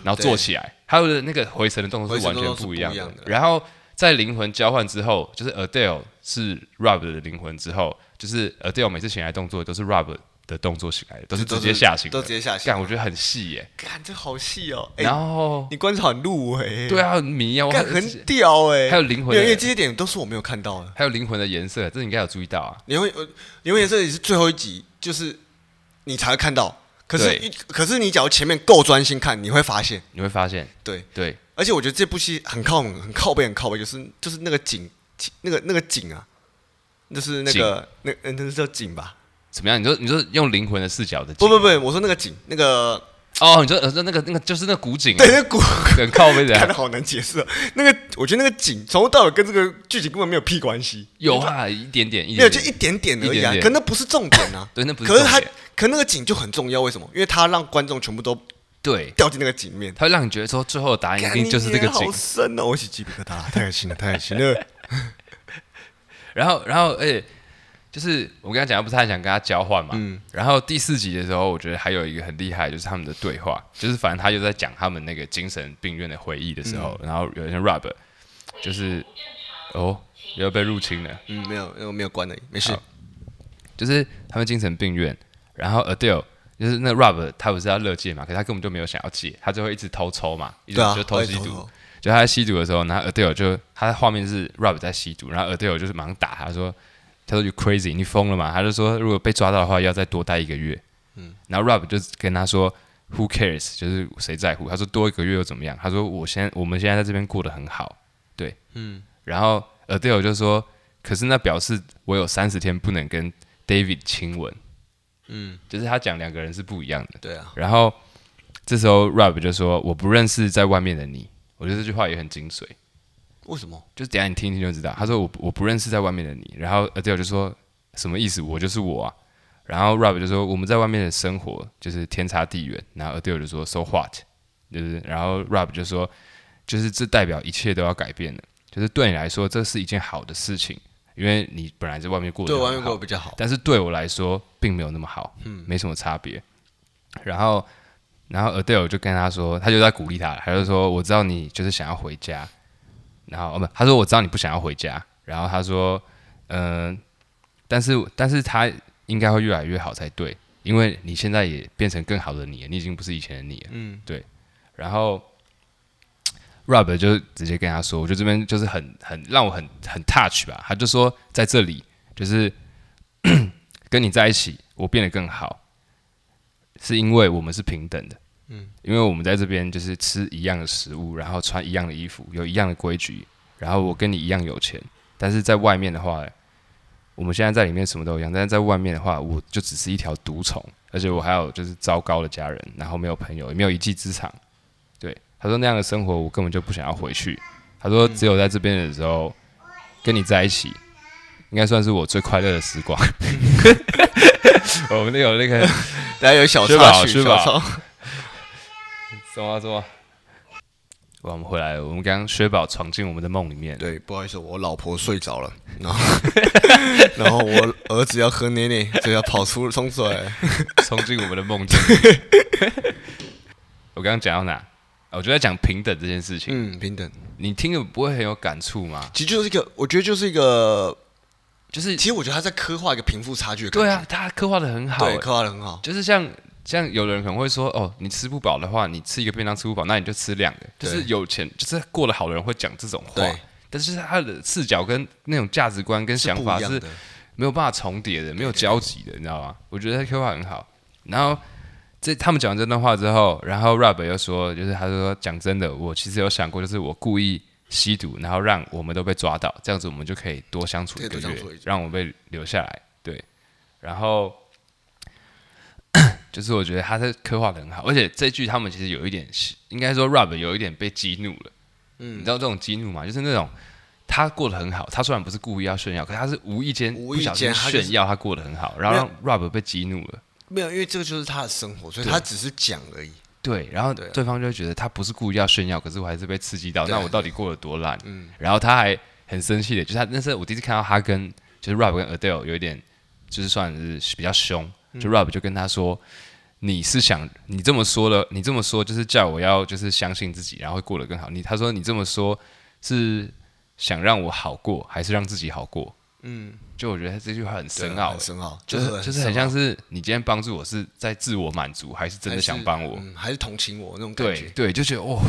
S3: 然后坐起来，他的那个回神的动作是完全不一样
S2: 回神
S3: 的
S2: 动作是不一样。的
S3: 然后在灵魂交换之后，就是 Adele 是 Rob 的灵魂之后，就是 Adele 每次醒来动作都是 Rob 的动作醒来的，都是直接吓醒的，
S2: 都直接吓醒
S3: 干，我觉得很细耶。
S2: 看这好细哦。哎
S3: 然，后
S2: 你观察很入围，
S3: 对，啊，很迷啊，我
S2: 干很屌哎。
S3: 还有灵魂
S2: 没
S3: 的
S2: 因为这些点都是我没有看到的。
S3: 还有灵魂的颜色，这你应该有注意到啊。
S2: 灵魂呃灵魂颜色也是最后一集，就是你才会看到。可是
S3: 对
S2: 一，可是你假如前面够专心看，你会发现，
S3: 你会发现，
S2: 对。
S3: 对，
S2: 而且我觉得这部戏很靠很靠背，很靠背，就是就是那个景，景那个那个景啊，就是那个那呃那是叫景吧？
S3: 怎么样？你说你说用灵魂的视角的，
S2: 不不不，我说那个景，那个
S3: 哦，你说呃，那个那个就是那个古井啊，
S2: 对，那古
S3: 很靠背
S2: 看的
S3: 的，啊
S2: 好难解释、哦。那个我觉得那个景从头到尾跟这个剧情根本没有屁关系，
S3: 有啊，一点点，一
S2: 没有
S3: 点
S2: 就
S3: 点
S2: 一点点而已
S3: 一点
S2: 啊。
S3: 点。
S2: 可那不是重点啊
S3: 对那不是
S2: 可是
S3: 重
S2: 它
S3: 点，
S2: 可那个景就很重要，为什么？因为它让观众全部都
S3: 对，
S2: 掉进那个景里面。
S3: 它会让你觉得说最后的答 案一定就是这个
S2: 干你
S3: 景
S2: 娘好，深哦，我起鸡皮疙瘩了，太恶心了，太恶心了。
S3: 然后，然后，而且就是我跟他讲，不是还想跟他交换嘛。
S2: 嗯
S3: 然后第四集的时候，我觉得还有一个很厉害，就是他们的对话，就是反正他就在讲他们那个精神病院的回忆的时候，
S2: 嗯
S3: 然后有人像 Rob，就是哦，又被入侵了，
S2: 嗯，没有，我没有关的，没事
S3: 好。就是他们精神病院，然后 Adele。就是那 Rob 他不是要乐戒嘛，可是他根本就没有想要戒，他就会一直偷抽嘛，一直
S2: 对啊，
S3: 就偷
S2: 哎
S3: 吸毒，
S2: 头
S3: 就他在吸毒的时候，然后 Adele 就他的画面是 Rob 在吸毒，然后 Adele 就是忙打他说，他说 You crazy，你疯了嘛？他就说如果被抓到的话，要再多待一个月。嗯，然后 Rob 就跟他说 Who cares？就是谁在乎？他说多一个月又怎么样？他说我现在我们现在在这边过得很好，对，嗯。然后 Adele 就说，可是那表示我有三十天不能跟 David 亲吻。嗯，就是他讲两个人是不一样的。
S2: 对啊，
S3: 然后这时候 Rob 就说：“我不认识在外面的你。”我觉得这句话也很精髓，
S2: 为什么？
S3: 就是等一下你听一听就知道。他说我：“我不认识在外面的你。”然后 Adele 就说：“什么意思？我就是我啊。”然后 Rob 就说：“我们在外面的生活就是天差地远。”然后 Adele 就说：“So what？” 就是然后 Rob 就说：“就是这代表一切都要改变了，就是对你来说这是一件好的事情，因为你本来在外面过得
S2: 对，啊
S3: 很
S2: 外面
S3: 好
S2: 过得比较好。
S3: 但是对我来说并没有那么好，嗯，没什么差别。然后，然后 Adele 就跟他说，他就在鼓励他，他就说：“我知道你就是想要回家。”然后哦不，他说：“我知道你不想要回家。”然后他说：“嗯、但是但是他应该会越来越好才对，因为你现在也变成更好的你了，你已经不是以前的你了。”嗯，对。然后 Rob 就直接跟他说：“我觉得这边就是很很让我很很 touch 吧。”他就说：“在这里就是。”跟你在一起，我变得更好，是因为我们是平等的。嗯，因为我们在这边就是吃一样的食物，然后穿一样的衣服，有一样的规矩，然后我跟你一样有钱，但是在外面的话，我们现在在里面什么都一样，但是在外面的话，我就只是一条毒虫，而且我还有就是糟糕的家人，然后没有朋友，也没有一技之长。对，他说那样的生活我根本就不想要回去。他说只有在这边的时候跟你在一起，应该算是我最快乐的时光。我们那有那 个
S2: 大家有小
S3: 吃
S2: 插
S3: 饱
S2: 曲，
S3: 吃
S2: 小
S3: 饱
S2: 插
S3: 什么什么。哇，我们回来了，我们刚刚薛宝闯进我们的梦里面。
S2: 对，不好意思，我老婆睡着了，然后 然后我儿子要喝奶奶，所以要跑出冲出来。
S3: 冲进我们的梦境。 我刚刚讲到哪？哦我就在讲平等这件事情。
S2: 嗯，平等，
S3: 你听了不会很有感触吗？
S2: 其实就是一个，我觉得就是一个，
S3: 就是
S2: 其实我觉得他在刻画一个贫富差距的感
S3: 对
S2: 觉。
S3: 啊，他刻画的很好、
S2: 对，
S3: 欸
S2: 刻画的很好。
S3: 就是像像有人可能会说，哦，你吃不饱的话，你吃一个便当吃不饱，那你就吃两个。就
S2: 对
S3: 是有钱，就是过得好的人会讲这种话
S2: 对，
S3: 但是他的视角跟那种价值观跟
S2: 是
S3: 想
S2: 不
S3: 法
S2: 一样
S3: 是
S2: 的，
S3: 没有办法重叠的，没有交集的，你知道吗？我觉得他 Q 话很好。然后这他们讲这段话之后，然后 Rob 又说，就是他说讲真的，我其实有想过，就是我故意吸毒，然后让我们都被抓到，这样子我们就可以多相处一个
S2: 对多
S3: 月
S2: 相处一，周
S3: 让我被留下来。对，然后就是我觉得他在刻画的很好，而且这句他们其实有一点，应该说 Rob 有一点被激怒了。嗯，你知道这种激怒吗？就是那种他过得很好，他虽然不是故意要炫耀，可他是无意间
S2: 无意间
S3: 不小心
S2: 他就是
S3: 炫耀他过得很好，然后让 Rob 被激怒了。
S2: 没有，因为这个就是他的生活，所以他只是讲而已。
S3: 对，然后
S2: 对啊
S3: 对方就会觉得他不是故意要炫耀，可是我还是被刺激到，
S2: 对啊
S3: 那我到底过得多烂？嗯，然后他还很生气的，就是他那是我第一次看到他跟就是 Rob 跟 Adele 有一点就是算是比较凶，就 Rob 就跟他说。你是想你这么说了，你这么说就是叫我要就是相信自己，然后会过得更好。你他说你这么说是想让我好过，还是让自己好过？嗯，就我觉得他这句话很深
S2: 对啊
S3: 奥、
S2: 很
S3: 欸
S2: 深奥，
S3: 就是就是很
S2: 深奥
S3: 像是你今天帮助我是在自我满足，还是真的
S2: 还是
S3: 想帮我？
S2: 嗯，还是同情我那种感
S3: 对
S2: 觉。
S3: 对，就觉得哦，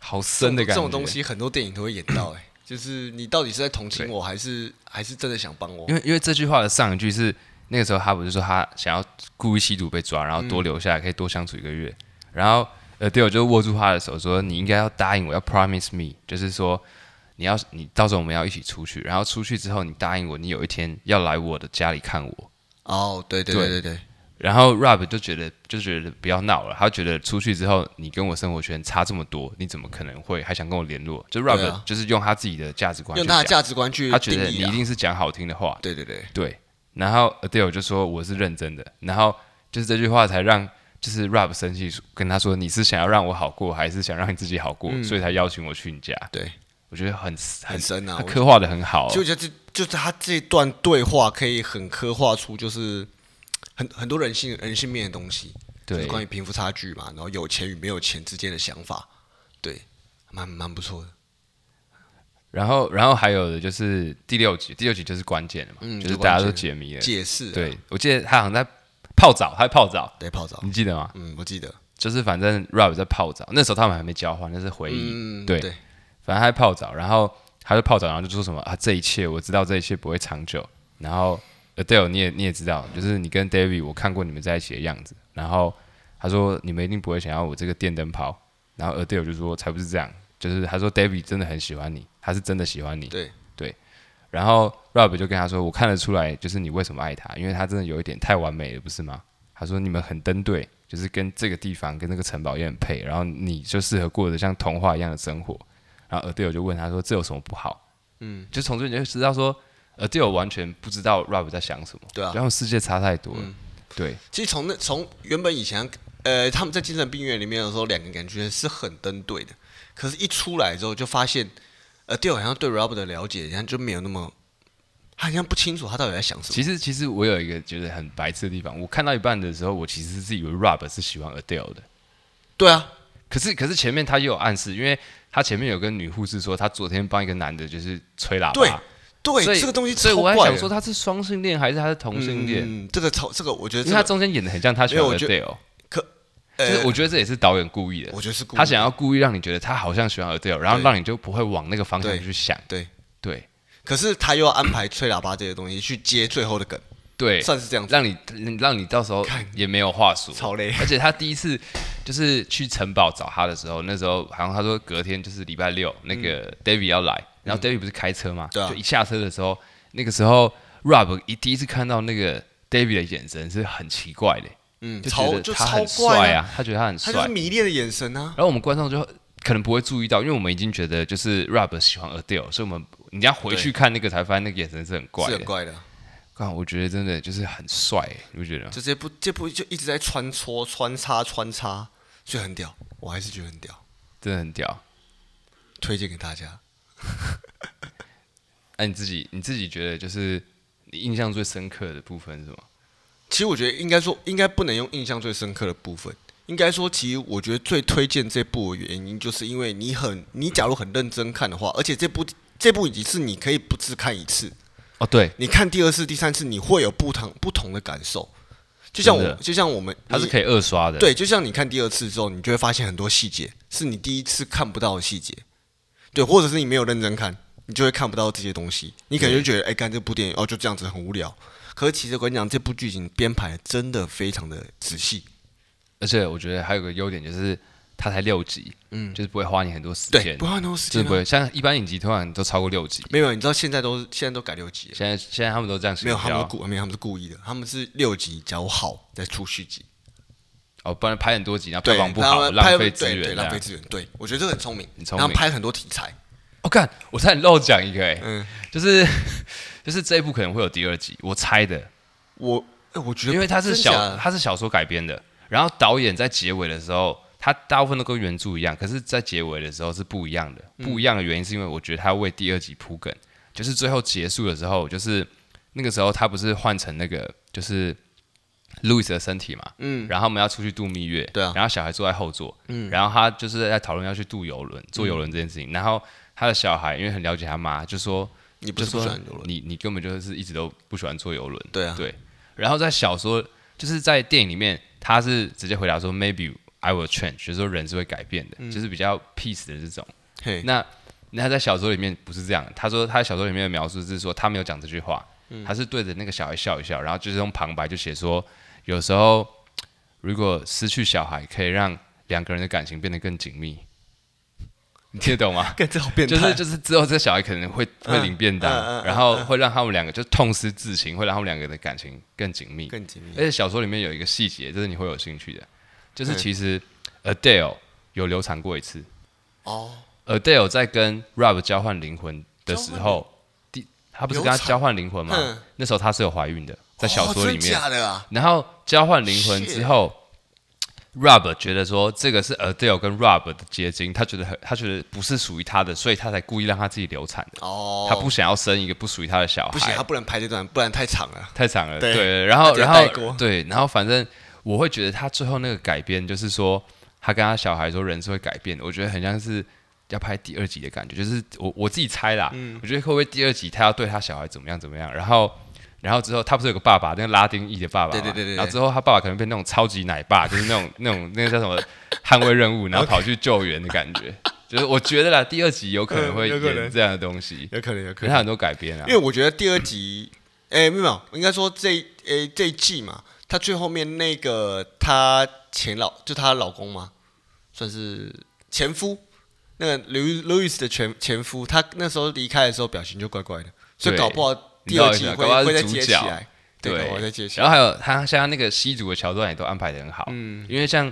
S3: 好
S2: 这
S3: 深
S2: 种
S3: 的感觉。
S2: 这种东，西很多电影都会演到、哎，就是你到底是在同情我，还是还是真的想帮我
S3: 因？为因为这句话的上一句是那个时候他不是说他想要故意吸毒被抓，然后
S2: 嗯
S3: 多留下来可以多相处一个月，然后呃队友就握住他的手说你应该要答应我，要 promise me，就是说你要你到时候我们要一起出去，然后出去之后你答应我，你有一天要来我的家里看我。
S2: 哦，对对对对对，
S3: 然后 Rob 就觉得就觉得不要闹了，他觉得出去之后你跟我生活圈差这么多，你怎么可能会还想跟我联络？就 Rob、
S2: 对啊
S3: 就是用他自己的价值观去
S2: 用他的
S3: 讲，
S2: 价值观去
S3: 他觉
S2: 定
S3: 得你
S2: 义、
S3: 一
S2: 啊。
S3: 定是讲好听的话，
S2: 对对对，
S3: 对，然后 Adele 就说我是认真的，然后就是这句话才让就是 Rob 生气，跟他说你是想要让我好过，还是想让你自己好过，所以才邀请我去你家。
S2: 嗯对，
S3: 我觉得很很
S2: 很深啊
S3: 他
S2: 我
S3: 刻画的很好、
S2: 就觉得这就是他这段对话可以很刻画出就是很很多人性人性面的东西，就
S3: 对
S2: 是关于贫富差距嘛，然后有钱与没有钱之间的想法，对，蛮蛮不错的。
S3: 然后然后还有的就是第六集，第六集就是关键了嘛，
S2: 嗯
S3: 就是
S2: 就
S3: 大家
S2: 关
S3: 都
S2: 键
S3: 解谜了。
S2: 解释、啊、
S3: 对，我记得他好像在泡澡，他在泡澡，
S2: 对泡澡，
S3: 你记得吗？
S2: 嗯，我记得，
S3: 就是反正 Rob 在泡澡，那时候他们还没交换，那是回忆。
S2: 嗯，
S3: 对
S2: 对
S3: 反正他在泡澡，然后他就泡澡，然后就说什么啊，这一切我知道这一切不会长久。然后 Adele 你也你也知道，就是你跟 David 我看过你们在一起的样子。然后他说你们一定不会想要我这个电灯泡。然后 Adele 就说才不是这样，就是他说 David 真的很喜欢你，他是真的喜欢你。
S2: 对
S3: 然后 Rob 就跟他说：“我看得出来，就是你为什么爱他，因为他真的有一点太完美了，不是吗？”他说：“你们很登对，就是跟这个地方、跟那个城堡也很配，然后你就适合过得像童话一样的生活。”然后 Adele 就问他说：“这有什么不好？”嗯，就从这里你就知道说，Adele 完全不知道 Rob 在想什么，
S2: 对啊嗯
S3: 然后世界差太多了，对
S2: 其实从那从原本以前，呃，他们在精神病院里面的时候，两个人感觉是很登对的，可是，一出来之后就发现，呃，队友好像对 Rob 的了解，人家就没有那么，他好像不清楚他到底在想什么。
S3: 其实，其实我有一个觉得很白痴的地方，我看到一半的时候，我其实是以为 Rob 是喜欢 Adele 的，
S2: 对啊，
S3: 可是可是前面他也有暗示，因为他前面有跟女护士说，他昨天帮一个男的就是吹喇叭，
S2: 对
S3: 所
S2: 对，
S3: 以
S2: 这个东西
S3: 所以
S2: 超
S3: 我
S2: 怪
S3: 还
S2: 的。
S3: 想说他是双性恋还是他是同性恋，
S2: 嗯，这个超这个，我觉得
S3: 因为
S2: 这
S3: 他
S2: 个，
S3: 中间演的很像他喜
S2: 没有
S3: 欢
S2: 我
S3: 的
S2: 觉
S3: Dale，
S2: 可，
S3: 就
S2: 呃
S3: 是我觉得这也是导演故意的，
S2: 我觉得是故意
S3: 他想要故意让你觉得他好像喜欢 Dale，然后
S2: 对
S3: 让你就不会往那个方向
S2: 对
S3: 去想，
S2: 对，
S3: 对
S2: 可是他又要安排吹喇叭这些东西去接最后的梗，
S3: 对，
S2: 算是这样子，
S3: 让你让你到时候
S2: 看
S3: 也没有话说，
S2: 超累。
S3: 而且他第一次就是去城堡找他的时候，那时候好像他说隔天就是礼拜六，那个 David 要来，然后 David 不是开车嘛，
S2: 嗯对啊
S3: 就一下车的时候，那个时候 Rob 一第一次看到那个 David 的眼神是很奇怪的，
S2: 嗯，
S3: 就
S2: 超
S3: 觉
S2: 就
S3: 得他
S2: 超
S3: 很
S2: 怪
S3: 帅，啊，他觉得他很帅，
S2: 他就是迷恋的眼神啊。
S3: 然后我们观众就可能不会注意到，因为我们已经觉得就是 Rob 喜欢 Adele，所以我们你要回去看那个才发现那个眼神是很怪
S2: 是
S3: 的
S2: 很，怪的，啊
S3: 看我觉得真的就是很帅、你不觉得吗？
S2: 就这部这部就一直在穿梭、穿插、穿插，所以很屌，我还是觉得很屌，
S3: 真的很屌。
S2: 推荐给大家。
S3: 哎、你自己你自己觉得就是你印象最深刻的部分是什么？
S2: 其实我觉得应该说，应该不能用印象最深刻的部分。应该说，其实我觉得最推荐这部的原因，就是因为你很，你假如很认真看的话，而且这部这部已经是你可以不只看一次，
S3: 哦，对，
S2: 你看第二次、第三次，你会有不同不同的感受。就像
S3: 真
S2: 我
S3: 的，
S2: 就像我们，
S3: 它是可
S2: 以
S3: 以二刷的。，
S2: 对，就像你看第二次之后，你就会发现很多细节是你第一次看不到的细节，对，或者是你没有认真看，你就会看不到这些东西。你可能就觉得，哎，看这部电影哦，就这样子很无聊。可是其实我跟你讲，这部剧情编排得真的非常的仔细，
S3: 而且我觉得还有个优点就是它才六集，嗯，就是不会花你很多时
S2: 对，
S3: 间
S2: 不，花很多时
S3: 就是
S2: 间
S3: 不
S2: 啊。
S3: 会像一般影集通常都超过六集。
S2: 没有，你知道现在都是现在都改六集了，
S3: 现在现在他们都这样行
S2: 没有，他们是
S3: 销
S2: 故没有，他们是故意的，他们是六集假如好再出续集，
S3: 哦，不然拍很多集，然后
S2: 对，
S3: 票房不
S2: 他
S3: 好，
S2: 们拍
S3: 浪费资
S2: 对对
S3: 源这啊
S2: 浪费
S3: 样。
S2: 资源。对，我觉得这个很聪明，
S3: 很聪
S2: 然后
S3: 明
S2: 拍很多题材，
S3: 哦，干，我差点漏讲一个哎、
S2: 嗯
S3: 就是 就是这一部可能会有第二集，我猜的，
S2: 我哎我觉得
S3: 因为它是
S2: 真假
S3: 小
S2: 的
S3: 它是小说改编的，然后导演在结尾的时候，他大部分都跟原著一样，可是在结尾的时候是不一样的。
S2: 嗯
S3: 不一样的原因是因为我觉得他为第二集铺梗，就是最后结束的时候，就是那个时候他不是换成那个就是路易斯的身体嘛，嗯，然后我们要出去度蜜月，
S2: 对啊
S3: 然后小孩坐在后座，嗯，然后他就是在讨论要去度游轮，坐游轮这件事情，然后他的小孩因为很了解他妈，就说。
S2: 你不
S3: 就是
S2: 不
S3: 说
S2: 喜欢游轮，
S3: 你你根本就是一直都不喜欢坐游轮，
S2: 对啊，
S3: 对，然后在小说就是在电影里面，他是直接回答说 “maybe I will change”，就是说人是会改变的，就是比较 peace 的这种。
S2: 嘿，
S3: 那那他在小说里面不是这样，他说他在小说里面的描述是说他没有讲这句话，他是对着那个小孩笑一笑，然后就是用旁白就写说，有时候如果失去小孩可以让两个人的感情变得更紧密，你听得懂吗？
S2: 干这好变态，
S3: 就是就是之后这小孩可能会会领便当，
S2: 嗯嗯嗯
S3: 然后会让他们两个就痛失至情，会让他们两个的感情更紧密。
S2: 更紧密
S3: 而且小说里面有一个细节，这是你会有兴趣的，
S2: 嗯
S3: 就是其实 Adele 有流产过一次。
S2: 哦。
S3: Adele 在跟 Rob 交换灵魂的时
S2: 交换
S3: 候，第他不是跟他
S2: 流产
S3: 交换灵魂吗
S2: 嗯？
S3: 那时候她是有怀孕的，在小说里
S2: 哦真
S3: 面。
S2: 假的啊，
S3: 然后交换灵魂之后，Rob 觉得说这个是 Adele 跟 Rob 的结晶，他觉得很，他觉得不是属于他的，所以他才故意让他自己流产的。
S2: 哦，
S3: 他不哎想要生一个不属于他的小孩，
S2: 不行，他不能拍这段，不然太长了。
S3: 太长了。
S2: 对
S3: 对，然后
S2: 他只有
S3: 然
S2: 带过
S3: 后对，然后反正我会觉得他最后那个改编，就是说他跟他小孩说人是会改变的，我觉得很像是要拍第二集的感觉，就是我我自己猜啦，
S2: 嗯
S3: 我觉得会不会第二集他要对他小孩怎么样怎么样，然后。然后之后，他不是有个爸爸，那个拉丁裔的爸爸嘛
S2: 对对对对对
S3: 然后之后，他爸爸可能变那种超级奶 爸，就是那种那种那个叫什么捍卫任务，然后跑去救援的感觉。就是我觉得啦，第二集有可能
S2: 嗯
S3: 会
S2: 有可能
S3: 演这样的东西，
S2: 有可能，有
S3: 可是他很多改编啊
S2: 因。为我觉得第二集，哎、没有没有，应该说这一诶、这一季嘛，她最后面那个她前老就她老公嘛，算是前夫，那个刘 Louis 的前前夫，他那时候离开的时候表情就怪怪的，所以
S3: 对
S2: 搞不好
S3: 你
S2: 第
S3: 知道
S2: 二季
S3: 意思
S2: 会
S3: 搞不好是
S2: 会再
S3: 主
S2: 接起
S3: 角
S2: 来，对，搞不好再接起
S3: 然
S2: 来，
S3: 后还有他像他那个吸毒的桥段也都安排的很好，
S2: 嗯
S3: 因为像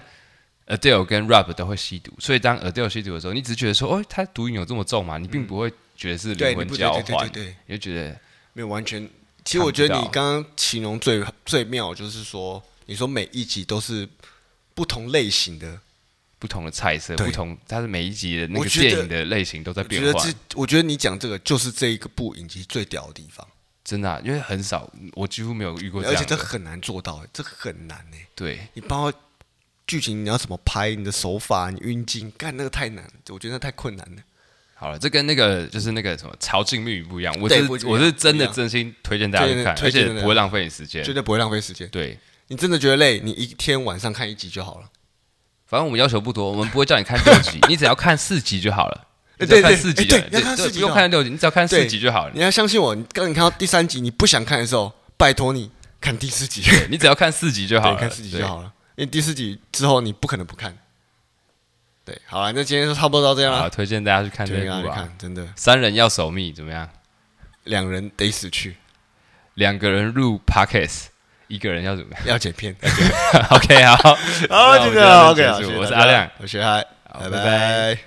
S3: Adele 跟 Rob 都会吸毒，所以当 Adele 吸毒的时候，你只觉得说，哦，他毒瘾有这么重嘛？你并不会觉得是
S2: 嗯对
S3: 灵
S2: 你
S3: 魂
S2: 不
S3: 交
S2: 对对
S3: 换
S2: 对对对，
S3: 你就觉得
S2: 没有完全。其实我觉得
S3: 看
S2: 你
S3: 不到
S2: 刚刚形容最最妙，就是说，你说每一集都是不同类型的
S3: 不同的菜色，
S2: 对
S3: 不同，它是每一集的那
S2: 我
S3: 个
S2: 觉得
S3: 电影的类型都在
S2: 我觉
S3: 变
S2: 得
S3: 换
S2: 这，，我觉得你讲这个就是这一个部影集最屌的地方，
S3: 真的啊、因为很少，我几乎没有遇过这
S2: 而且
S3: 样
S2: 这
S3: 的。
S2: 很难做到、欸这很难呢、
S3: 对，
S2: 你包括剧情你要怎么拍，你的手法、你运镜，干那个太难，我觉得那太困难了。
S3: 好了，这跟那个就是那个什么《朝镜密语》不一样，我
S2: 对
S3: 是
S2: 不一样
S3: 我是真的
S2: 不一样
S3: 真心推荐大家去看，
S2: 推
S3: 而
S2: 荐
S3: 且
S2: 推荐
S3: 不会浪费你时间
S2: 绝。对不会浪费时间。
S3: 对，
S2: 你真的觉得累，你一天晚上看一集就好了。
S3: 反正我们要求不多，我们不会叫你看六 集，你只要看四集就好了。
S2: 哎
S3: 你只要
S2: 对对
S3: 看四集就
S2: 哎对你要看四集
S3: 不用看六集，你只要看四
S2: 对
S3: 集就好了
S2: 你。要相信我，你当你看到第三集你不想看的时候，拜托你看第四集，
S3: 对你只要看四集就好
S2: 对，
S3: 了，
S2: 看四集就
S3: 对。
S2: 好了。因为第四集之后你不可能不看。对，好了，那今天就差不多到这样
S3: 好，
S2: 了，
S3: 推荐大家去看
S2: 就
S3: 这
S2: 啊给大家
S3: 部
S2: 去
S3: 啊。
S2: 看，真的，
S3: 三人要守密怎么样？
S2: 两人得死去，
S3: 两个人录 podcast，一个人要怎么样
S2: 要剪片。
S3: ？OK，好，
S2: 好，
S3: 那
S2: 就
S3: 我们
S2: 这样
S3: 今天就
S2: ，OK，
S3: 结束
S2: 好
S3: 我是阿亮，
S2: 我是嗨，
S3: 好
S2: 拜
S3: 拜
S2: 拜
S3: 拜。